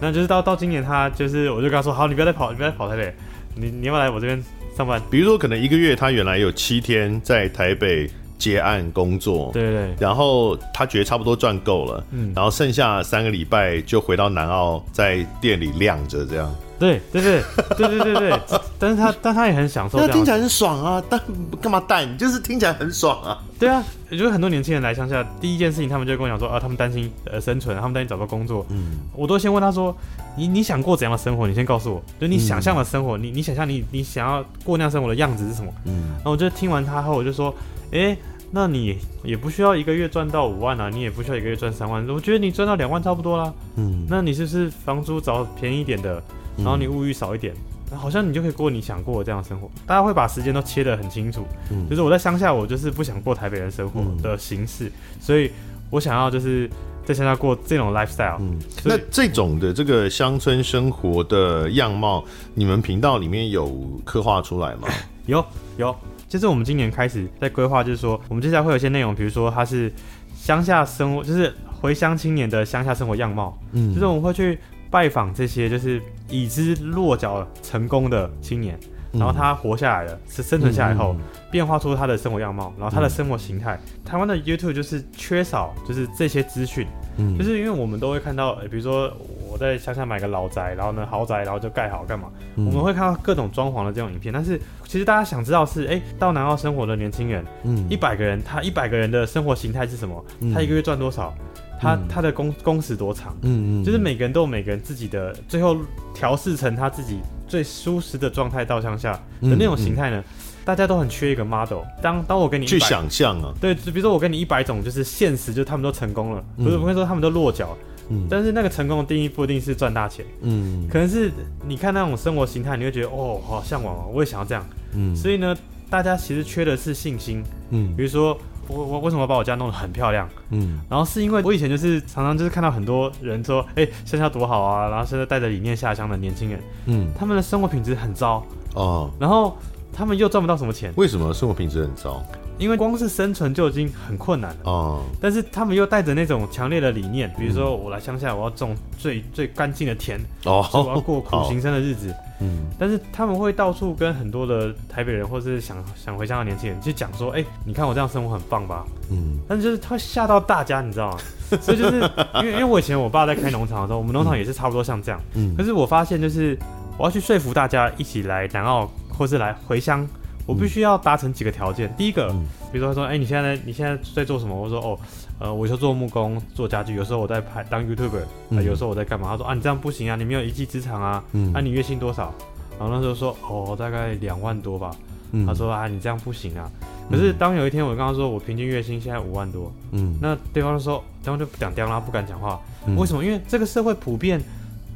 那就是到到今年，他就是我就跟他说，好，你不要再跑，你不要再跑台北，你你要不要来我这边上班？
比如说可能一个月他原来有七天在台北接案工作，
对对对，
然后他觉得差不多赚够了，
嗯
然后剩下三个礼拜就回到南澳，在店里晾着这样。
对对对对对对对，但是他但他也很享受这
那听
样
起
的，
来很爽啊，但干嘛淡？ 就是听起来很爽啊。
对啊，就是很多年轻人来乡下，第一件事情他们就会跟我讲说，啊，他们担心呃生存，他们担心找不到工作，
嗯，
我都先问他说：“你你想过怎样的生活？你先告诉我，就你想象的生活，你你想象你你想要过那样生活的样子是什么？”
嗯
然后我就听完他后，我就说：“诶，那你也不需要一个月赚到五万啊，你也不需要一个月赚三万，我觉得你赚到两万差不多啦。
嗯，
那你是不是房租找便宜一点的，然后你物欲少一点？”好像你就可以过你想过的这样的生活，大家会把时间都切得很清楚。
嗯
就是我在乡下，我就是不想过台北的生活
嗯
的形式，所以我想要就是在乡下过这种 lifestyle。
嗯，
所以
那这种的这个乡村生活的样貌，你们频道里面有刻画出来吗？
有有，就是我们今年开始在规划，就是说我们接下来会有一些内容，比如说它是乡下生活，就是回乡青年的乡下生活样貌，
嗯
就是我们会去拜访这些就是已知落脚成功的青年，
嗯
然后他活下来了，是生存下来后，变化出他的生活样貌，然后他的生活形态。台湾的 YouTube 就是缺少就是这些资讯，
嗯
就是因为我们都会看到，呃比如说我在乡下买个老宅，然后呢豪宅，然后就盖好干嘛，
嗯
我们会看到各种装潢的这种影片，但是其实大家想知道是，哎、到南澳生活的年轻人，
嗯
一百个人，他一百个人的生活形态是什么？
嗯
他一个月赚多少？他
嗯
他的工工时多长？
嗯
就是每个人都有每个人自己的，最后调试成他自己最舒适的状态到乡下
嗯
的那种形态呢？大家都很缺一个 model。当当我给你
去
100
想象啊，
对，就比如说我给你一百种，就是现实，就是他们都成功了，
嗯
不是我跟你说他们都落脚，
嗯
但是那个成功的定义不一定是赚大钱，
嗯
可能是你看那种生活形态，你会觉得哦，好向往哦，我也想要这样。
嗯
所以呢，大家其实缺的是信心，
嗯
比如说我我我为什么把我家弄得很漂亮？
嗯
然后是因为我以前就是常常就是看到很多人说，哎、乡下多好啊，然后现在带着理念下乡的年轻人，
嗯
他们的生活品质很糟，
哦，
然后他们又赚不到什么钱，
为什么生活品质很糟
因为光是生存就已经很困难了。
哦，
但是他们又带着那种强烈的理念，比如说我来乡下，我要种最最干净的田，所以我要
哦，
过苦行僧的日子。
嗯
但是他们会到处跟很多的台北人或是想想回乡的年轻人去讲说，哎、你看我这样生活很棒吧？
嗯
但是就是他会吓到大家，你知道 吗？所以就是因为因为我以前我爸在开农场的时候，我们农场也是差不多像这样。
嗯
可是我发现就是我要去说服大家一起来南澳或是来回乡，我必须要达成几个条件。第一个
嗯，
比如说他说，哎、你现在你现在在做什么？我说哦，呃，我就做木工、做家具，有时候我在拍当 YouTuber，、呃、
嗯
有时候我在干嘛？他说啊，你这样不行啊，你没有一技之长啊，啊，
嗯
你月薪多少？然后那时候说哦，大概两万多吧。
嗯
他说啊，你这样不行啊。可是当有一天我跟他说我平均月薪现在五万多，
嗯
那对方就说，对方就不讲掉啦，不敢讲话。
嗯
为什么？因为这个社会普遍，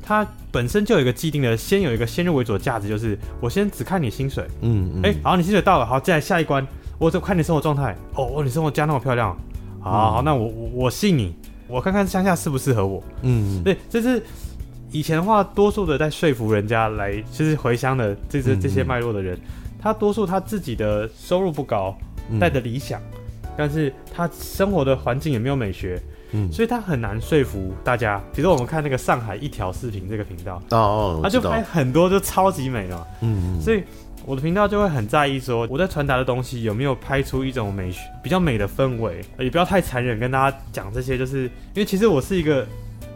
它本身就有一个既定的，先有一个先入为主的价值，就是我先只看你薪水。
嗯
哎、好，你薪水到了，好，再来下一关，我就看你生活状态。哦，哦，你生活家那么漂亮，好好好，那我我我信你，我看看乡下适不适合我。
嗯
对，这是以前的话，多数的在说服人家来，就是回乡的这
嗯
这
嗯
这些脉络的人，他多数他自己的
嗯
收入不高，带着理想，但是他生活的环境也没有美学，
嗯
所以他很难说服大家。比如说我们看那个上海一条视频这个频道，
哦哦，
他
我知
就
道
拍，很多就超级美了嘛，
嗯，
所以我的频道就会很在意说我在传达的东西有没有拍出一种美学比较美的氛围，呃也不要太残忍跟大家讲这些，就是因为其实我是一个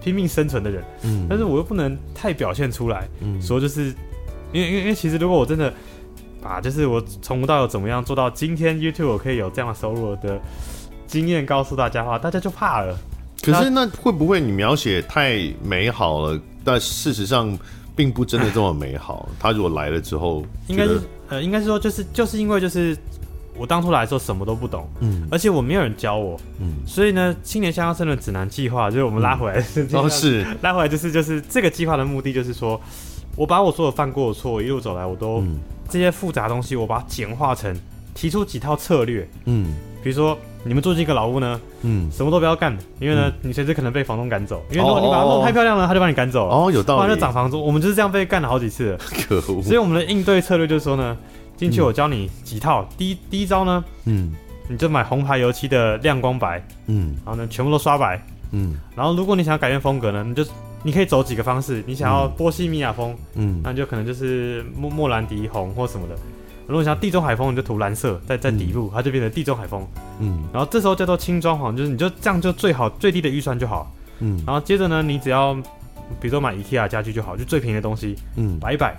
拼命生存的人，
嗯
但是我又不能太表现出来，
嗯
说就是因为因为因为其实如果我真的把就是我从无到有怎么样做到今天 YouTube 我可以有这样的收入的经验告诉大家的话，大家就怕了。
可是那会不会你描写太美好了？但事实上并不真的这么美 好。他如果来了之后，
应该
觉得
是
哦
呃，应该是说就是就是因为就是我当初来的时候什么都不懂，
嗯
而且我没有人教我，
嗯，
所以呢，青年向上生的指南计划就是我们拉回来，
哦是，
拉回来就是就是这个计划的目的就是说，我把我所有犯过的错一路走来，我都、
嗯
这些复杂的东西，我把它简化成提出几套策略，
嗯
比如说你们住进一个老屋呢，
嗯，
什么都不要干，因为呢，你随时可能被房东赶走，因为如果你把它
哦哦
弄
哦
太漂亮了，他就把你赶走了，
哦有
不
道
然就
理，
涨房租。我们就是这样被干了好几 次了，
可恶，
所以我们的应对策略就是说呢，进去我教你几套，第一第一招呢，
嗯
你就买红牌油漆的亮光白，
嗯
然后呢全部都刷白，
嗯
然后如果你想要改变风格呢，你就你可以走几个方式，你想要波西米亚风，
嗯
那你就可能就是莫莫兰迪红或什么的。如果你想要地中海风，你就涂蓝色，在在底部，它就变成地中海风。
嗯
然后这时候叫做轻装潢，就是你就这样就最好最低的预算就好。
嗯
然后接着呢，你只要比如说买 IKEA 家具就好，就最便宜的东西
嗯
摆一摆。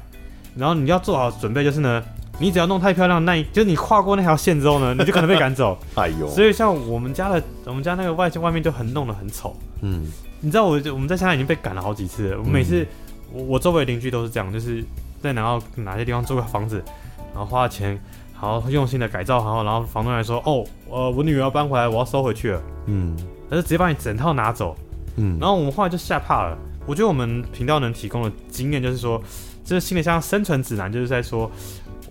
然后你要做好准备，就是呢，你只要弄太漂亮，那一就是你跨过那条线之后呢，你就可能被赶走。
哎呦，
所以像我们家的，我们家那个外外面就很弄得很丑。
嗯
你知道我我们在香港已经被赶了好几次了，我每次、我我周围的邻居都是这样，就是在哪到哪些地方租个房子，然后花钱，然后用心的改造，然后然后房东来说，哦，呃，我女儿要搬回来，我要收回去了，
嗯
他就直接把你整套拿走，
嗯，
然后我们后来就吓怕了。我觉得我们频道能提供的经验就是说，这心理上生存指南就是在说，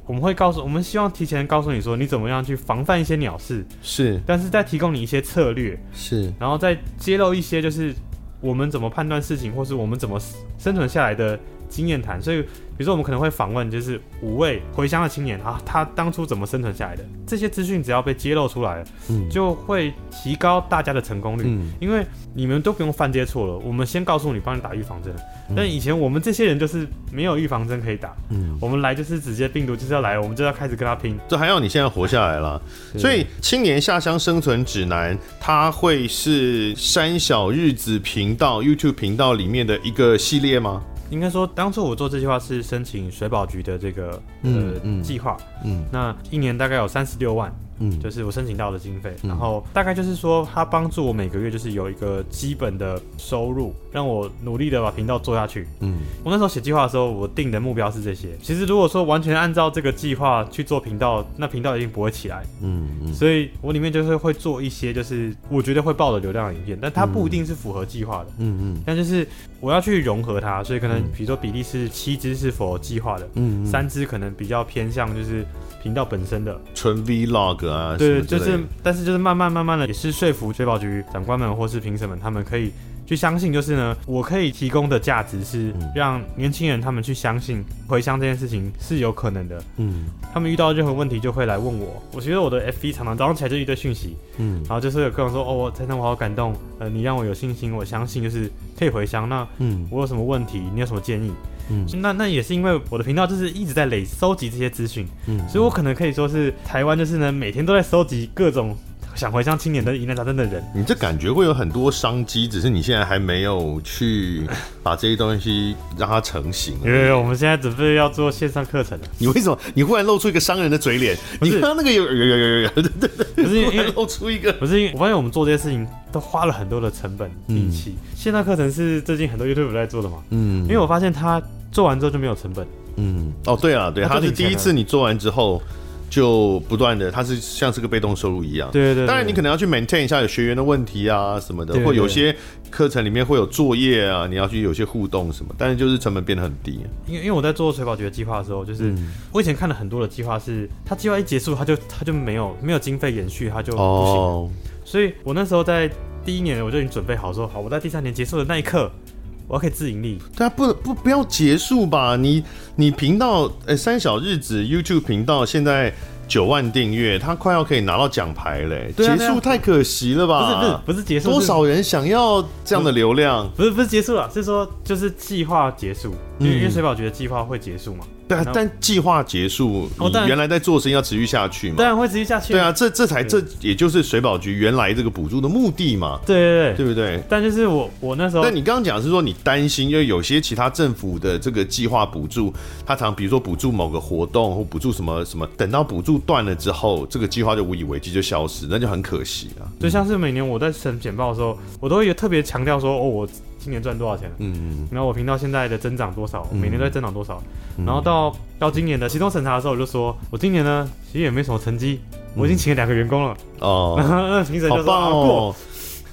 我们会告诉我们希望提前告诉你说你怎么样去防范一些鸟事，
是
但是再提供你一些策略，
是，
然后再揭露一些就是我们怎么判断事情，或是我们怎么生存下来的经验谈。所以，比如说我们可能会访问就是五位回乡的青年啊，他当初怎么生存下来的？这些资讯只要被揭露出来了，
嗯
就会提高大家的成功率。
嗯
因为你们都不用犯这些错了，我们先告诉你，帮你打预防针。但以前我们这些人就是没有预防针可以打，
嗯，
我们来就是直接病毒就是要来，我们就要开始跟他拼。
这还好你现在活下来了。所以《青年下乡生存指南》它会是山小日子频道 YouTube 频道里面的一个系列吗？
应该说，当初我做这计划是申请水保局的这个
嗯
呃
嗯
计划，
嗯
那一年大概有三十六万，
嗯
就是我申请到的经费，
嗯
然后大概就是说，它帮助我每个月就是有一个基本的收入，让我努力的把频道做下去。
嗯
我那时候写计划的时候，我定的目标是这些。其实如果说完全按照这个计划去做频道，那频道一定不会起来。
嗯嗯
所以我里面就是会做一些就是我觉得会爆的流量影片，但它不一定是符合计划的。
嗯
但就是我要去融合它，所以可能
嗯
比如说比例是七支是否计划的，
嗯
三支可能比较偏向就是频道本身的，
纯 Vlog 啊，
对，
什么之
就
类的
是，但是就是慢慢慢慢的，也是说服追保局长官们或是评审们，他们可以去相信，就是呢，我可以提供的价值是
嗯
让年轻人他们去相信回乡这件事情是有可能的。
嗯
他们遇到任何问题就会来问我，我觉得我的 FB 常常早上起来就一堆讯息，
嗯
然后就是有各种说哦，我真的我好感动，呃，你让我有信心，我相信就是可以回乡。那
嗯
我有什么问题，你有什么建议？
嗯
那那也是因为我的频道就是一直在累收集这些资讯，
嗯
所以我可能可以说是台湾，就是呢每天都在收集各种想回乡青年的疑难杂症的人。
你这感觉会有很多商机，只是你现在还没有去把这些东西让它成型而已。
因为我们现在准备要做线上课程啊了，
你为什么你忽然露出一个商人的嘴脸？
不
你
是
看到那个有有有有有，
不是因为
忽
因
然
为
露出一个
不是因为我发现我们做这些事情都花了很多的成本
嗯
力气。线上课程是最近很多 YouTube 在做的嘛，
嗯
因为我发现他做完之后就没有成本，
嗯，哦，对了，对，它
他就
是
领
第
钱
一
了
次你做完之后，就不断的，它是像是个被动收入一样。
对对对。
当然，你
对
可能要去 maintain 一下有学员的问题啊什么的，
对
或有
对
些课程里面会有作业啊，你要去有些互动什么，但是就是成本变得很低。
因为因为我在做水保局的计划的时候，就是、我以前看了很多的计划是，他计划一结束，他就他就没有没有经费延续，他就不行。
哦，
所以我那时候在第一年我就已经准备好说，好，我在第三年结束的那一刻，我要可以自盈利。
对啊，不不不哎要结束吧，你你频道呃三小日子 YouTube 频道现在。九万订阅，他快要可以拿到奖牌嘞、
对啊
结
对
束
啊
太可惜了
不是不是
吧？
不是结束，
啊多
是
少人想要这样的流量？
不是不是结束了，啊是说就是计划结束，因为
嗯
因为水保局的计划会结束嘛，
对啊
然，后
但计划结束，
嗯哦
你
当然
原来在做生意要持续下去嘛
当？然会持续下去。
对，啊，这这才这
对
也就是水保局原来这个补助的目的嘛，
对对对。
对不对？
但就是我我那时候
但你刚刚讲是说你担心，因为有些其他政府的这个计划补助，他常比如说补助某个活动或补助什么什么，等到补助断了之后，这个计划就无以为继就消失，那就很可惜啊。
就像是每年我在审简报的时候，我都会有特别强调说，哦，我今年赚多少钱，
嗯，
然后我频道现在的增长多少，我每年都在增长多少。
嗯
然后到到今年的期中审查的时候，我就说我今年呢其实也没什么成绩，我已经请了两个员工了， 然
哦，
后那评审
嗯好
就说、
棒
啊过。
哦。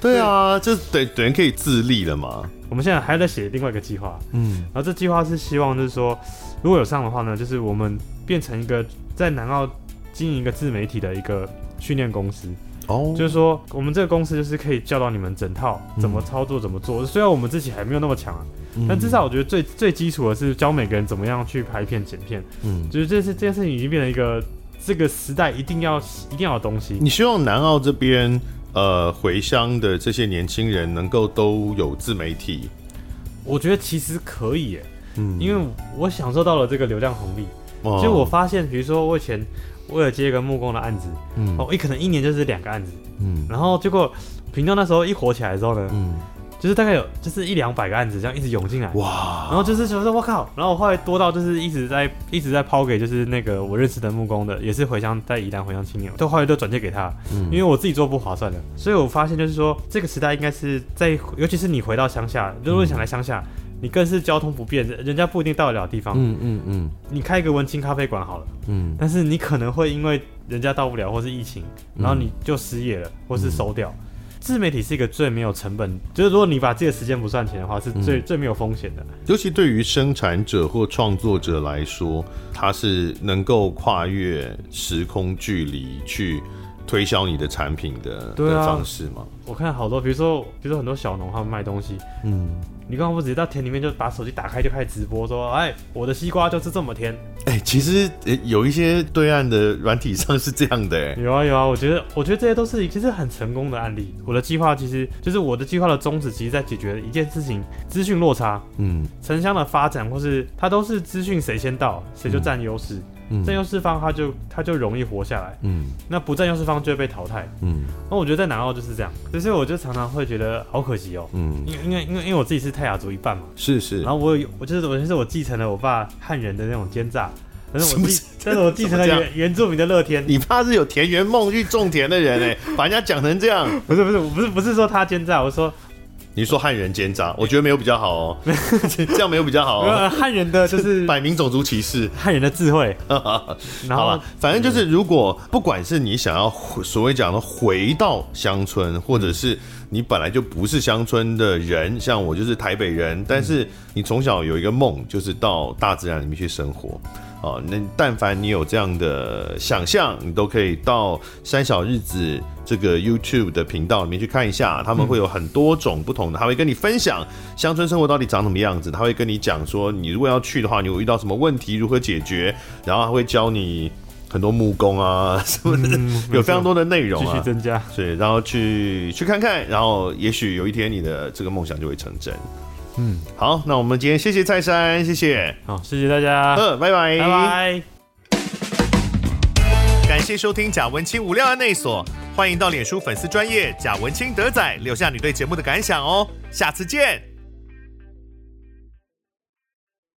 对啊，这等等于可以自立了嘛。
我们现在还在写另外一个计划，
嗯
然后这计划是希望就是说，如果有上的话呢，就是我们变成一个在南澳经营一个自媒体的一个训练公司，
哦，
就是说我们这个公司就是可以教导你们整套
嗯
怎么操作、怎么做。虽然我们自己还没有那么强啊，
嗯
但至少我觉得最最基础的是教每个人怎么样去拍片、剪片，
嗯，
就是这是这件事情已经变成一个这个时代一定要一定要的东西。
你希望南澳这边呃回乡的这些年轻人能够都有自媒体，
我觉得其实可以耶，
嗯
因为我享受到了这个流量红利。
哦
就我发现，比如说我以前为了接一个木工的案子，
嗯
哦，一可能一年就是两个案子，
嗯
然后结果频道那时候一火起来之后呢，
嗯，
就是大概有就是一两百个案子这样一直涌进来，
哇，
然后就是觉得我靠，然后我后来多到就是一直在一直在抛给就是那个我认识的木工的，也是回乡在宜兰回乡青年，都后来都转借给他，因为我自己做不划算的，所以我发现就是说这个时代应该是在，尤其是你回到乡下，如果你想来乡下，你更是交通不便，人家不一定到得了地方，
嗯嗯嗯
你开一个文青咖啡馆好了。
嗯
但是你可能会因为人家到不了，或是疫情，然后你就失业了，或是收掉。自媒体是一个最没有成本，就是如果你把自己的时间不算钱的话，是最、最没有风险的。
尤其对于生产者或创作者来说，它是能够跨越时空距离去推销你的产品的
对啊
的方式嘛。
我看好多，比如说比如说很多小农他们卖东西，
嗯，
你干嘛不直接到田里面就把手机打开就开始直播说，哎，我的西瓜就是这么甜。
哎、其实、呃有一些对岸的软体上是这样的、哎，
有啊有啊，我觉得我觉得这些都是其实很成功的案例。我的计划其实就是我的计划的宗旨，其实在解决一件事情：资讯落差。
嗯
城乡的发展，或是它都是资讯谁先到，谁就占优势。
嗯
占优势方他就他就容易活下来，
嗯
那不占优势方就会被淘汰。
嗯
那我觉得在南澳就是这样，所以我就常常会觉得好可惜哦。
嗯，
因为因为因为因为我自己是泰雅族一半嘛，
是是
然。后我有我就是我就是我继承了我爸汉人的那种奸诈，但是
什
我
么
继但是我继承了
怎么这
原原住民的乐天，
你怕是有田园梦去种田的人哎、 把人家讲成这样。
不是不是我不是不是说他奸诈，我说
你说汉人奸诈，我觉得没有比较好 哦，这样没有比较好哦，
呃汉人 的就是
摆明种族歧视。
汉人的智慧，然
好
后
了，反正就是，如果不管是你想要回所谓讲的回到乡村，或者是你本来就不是乡村的人，像我就是台北人，但是你从小有一个梦，就是到大自然里面去生活。哦，那但凡你有这样的想象，你都可以到山小日子这个 YouTube 的频道里面去看一下，他们会有很多种不同的，他会跟你分享乡村生活到底长什么样子，他会跟你讲说，你如果要去的话，你有遇到什么问题，如何解决，然后他会教你很多木工啊 什么的，有非常多的内容
继续
啊。
增加。
对，然后去去看看，然后也许有一天你的这个梦想就会成真。
嗯，
好，那我们今天谢谢蔡山，谢谢，
好，谢谢大家，
呃，拜拜，
拜拜。
感谢收听贾文清无料案内所，欢迎到脸书粉丝专业贾文清德仔留下你对节目的感想哦，下次见。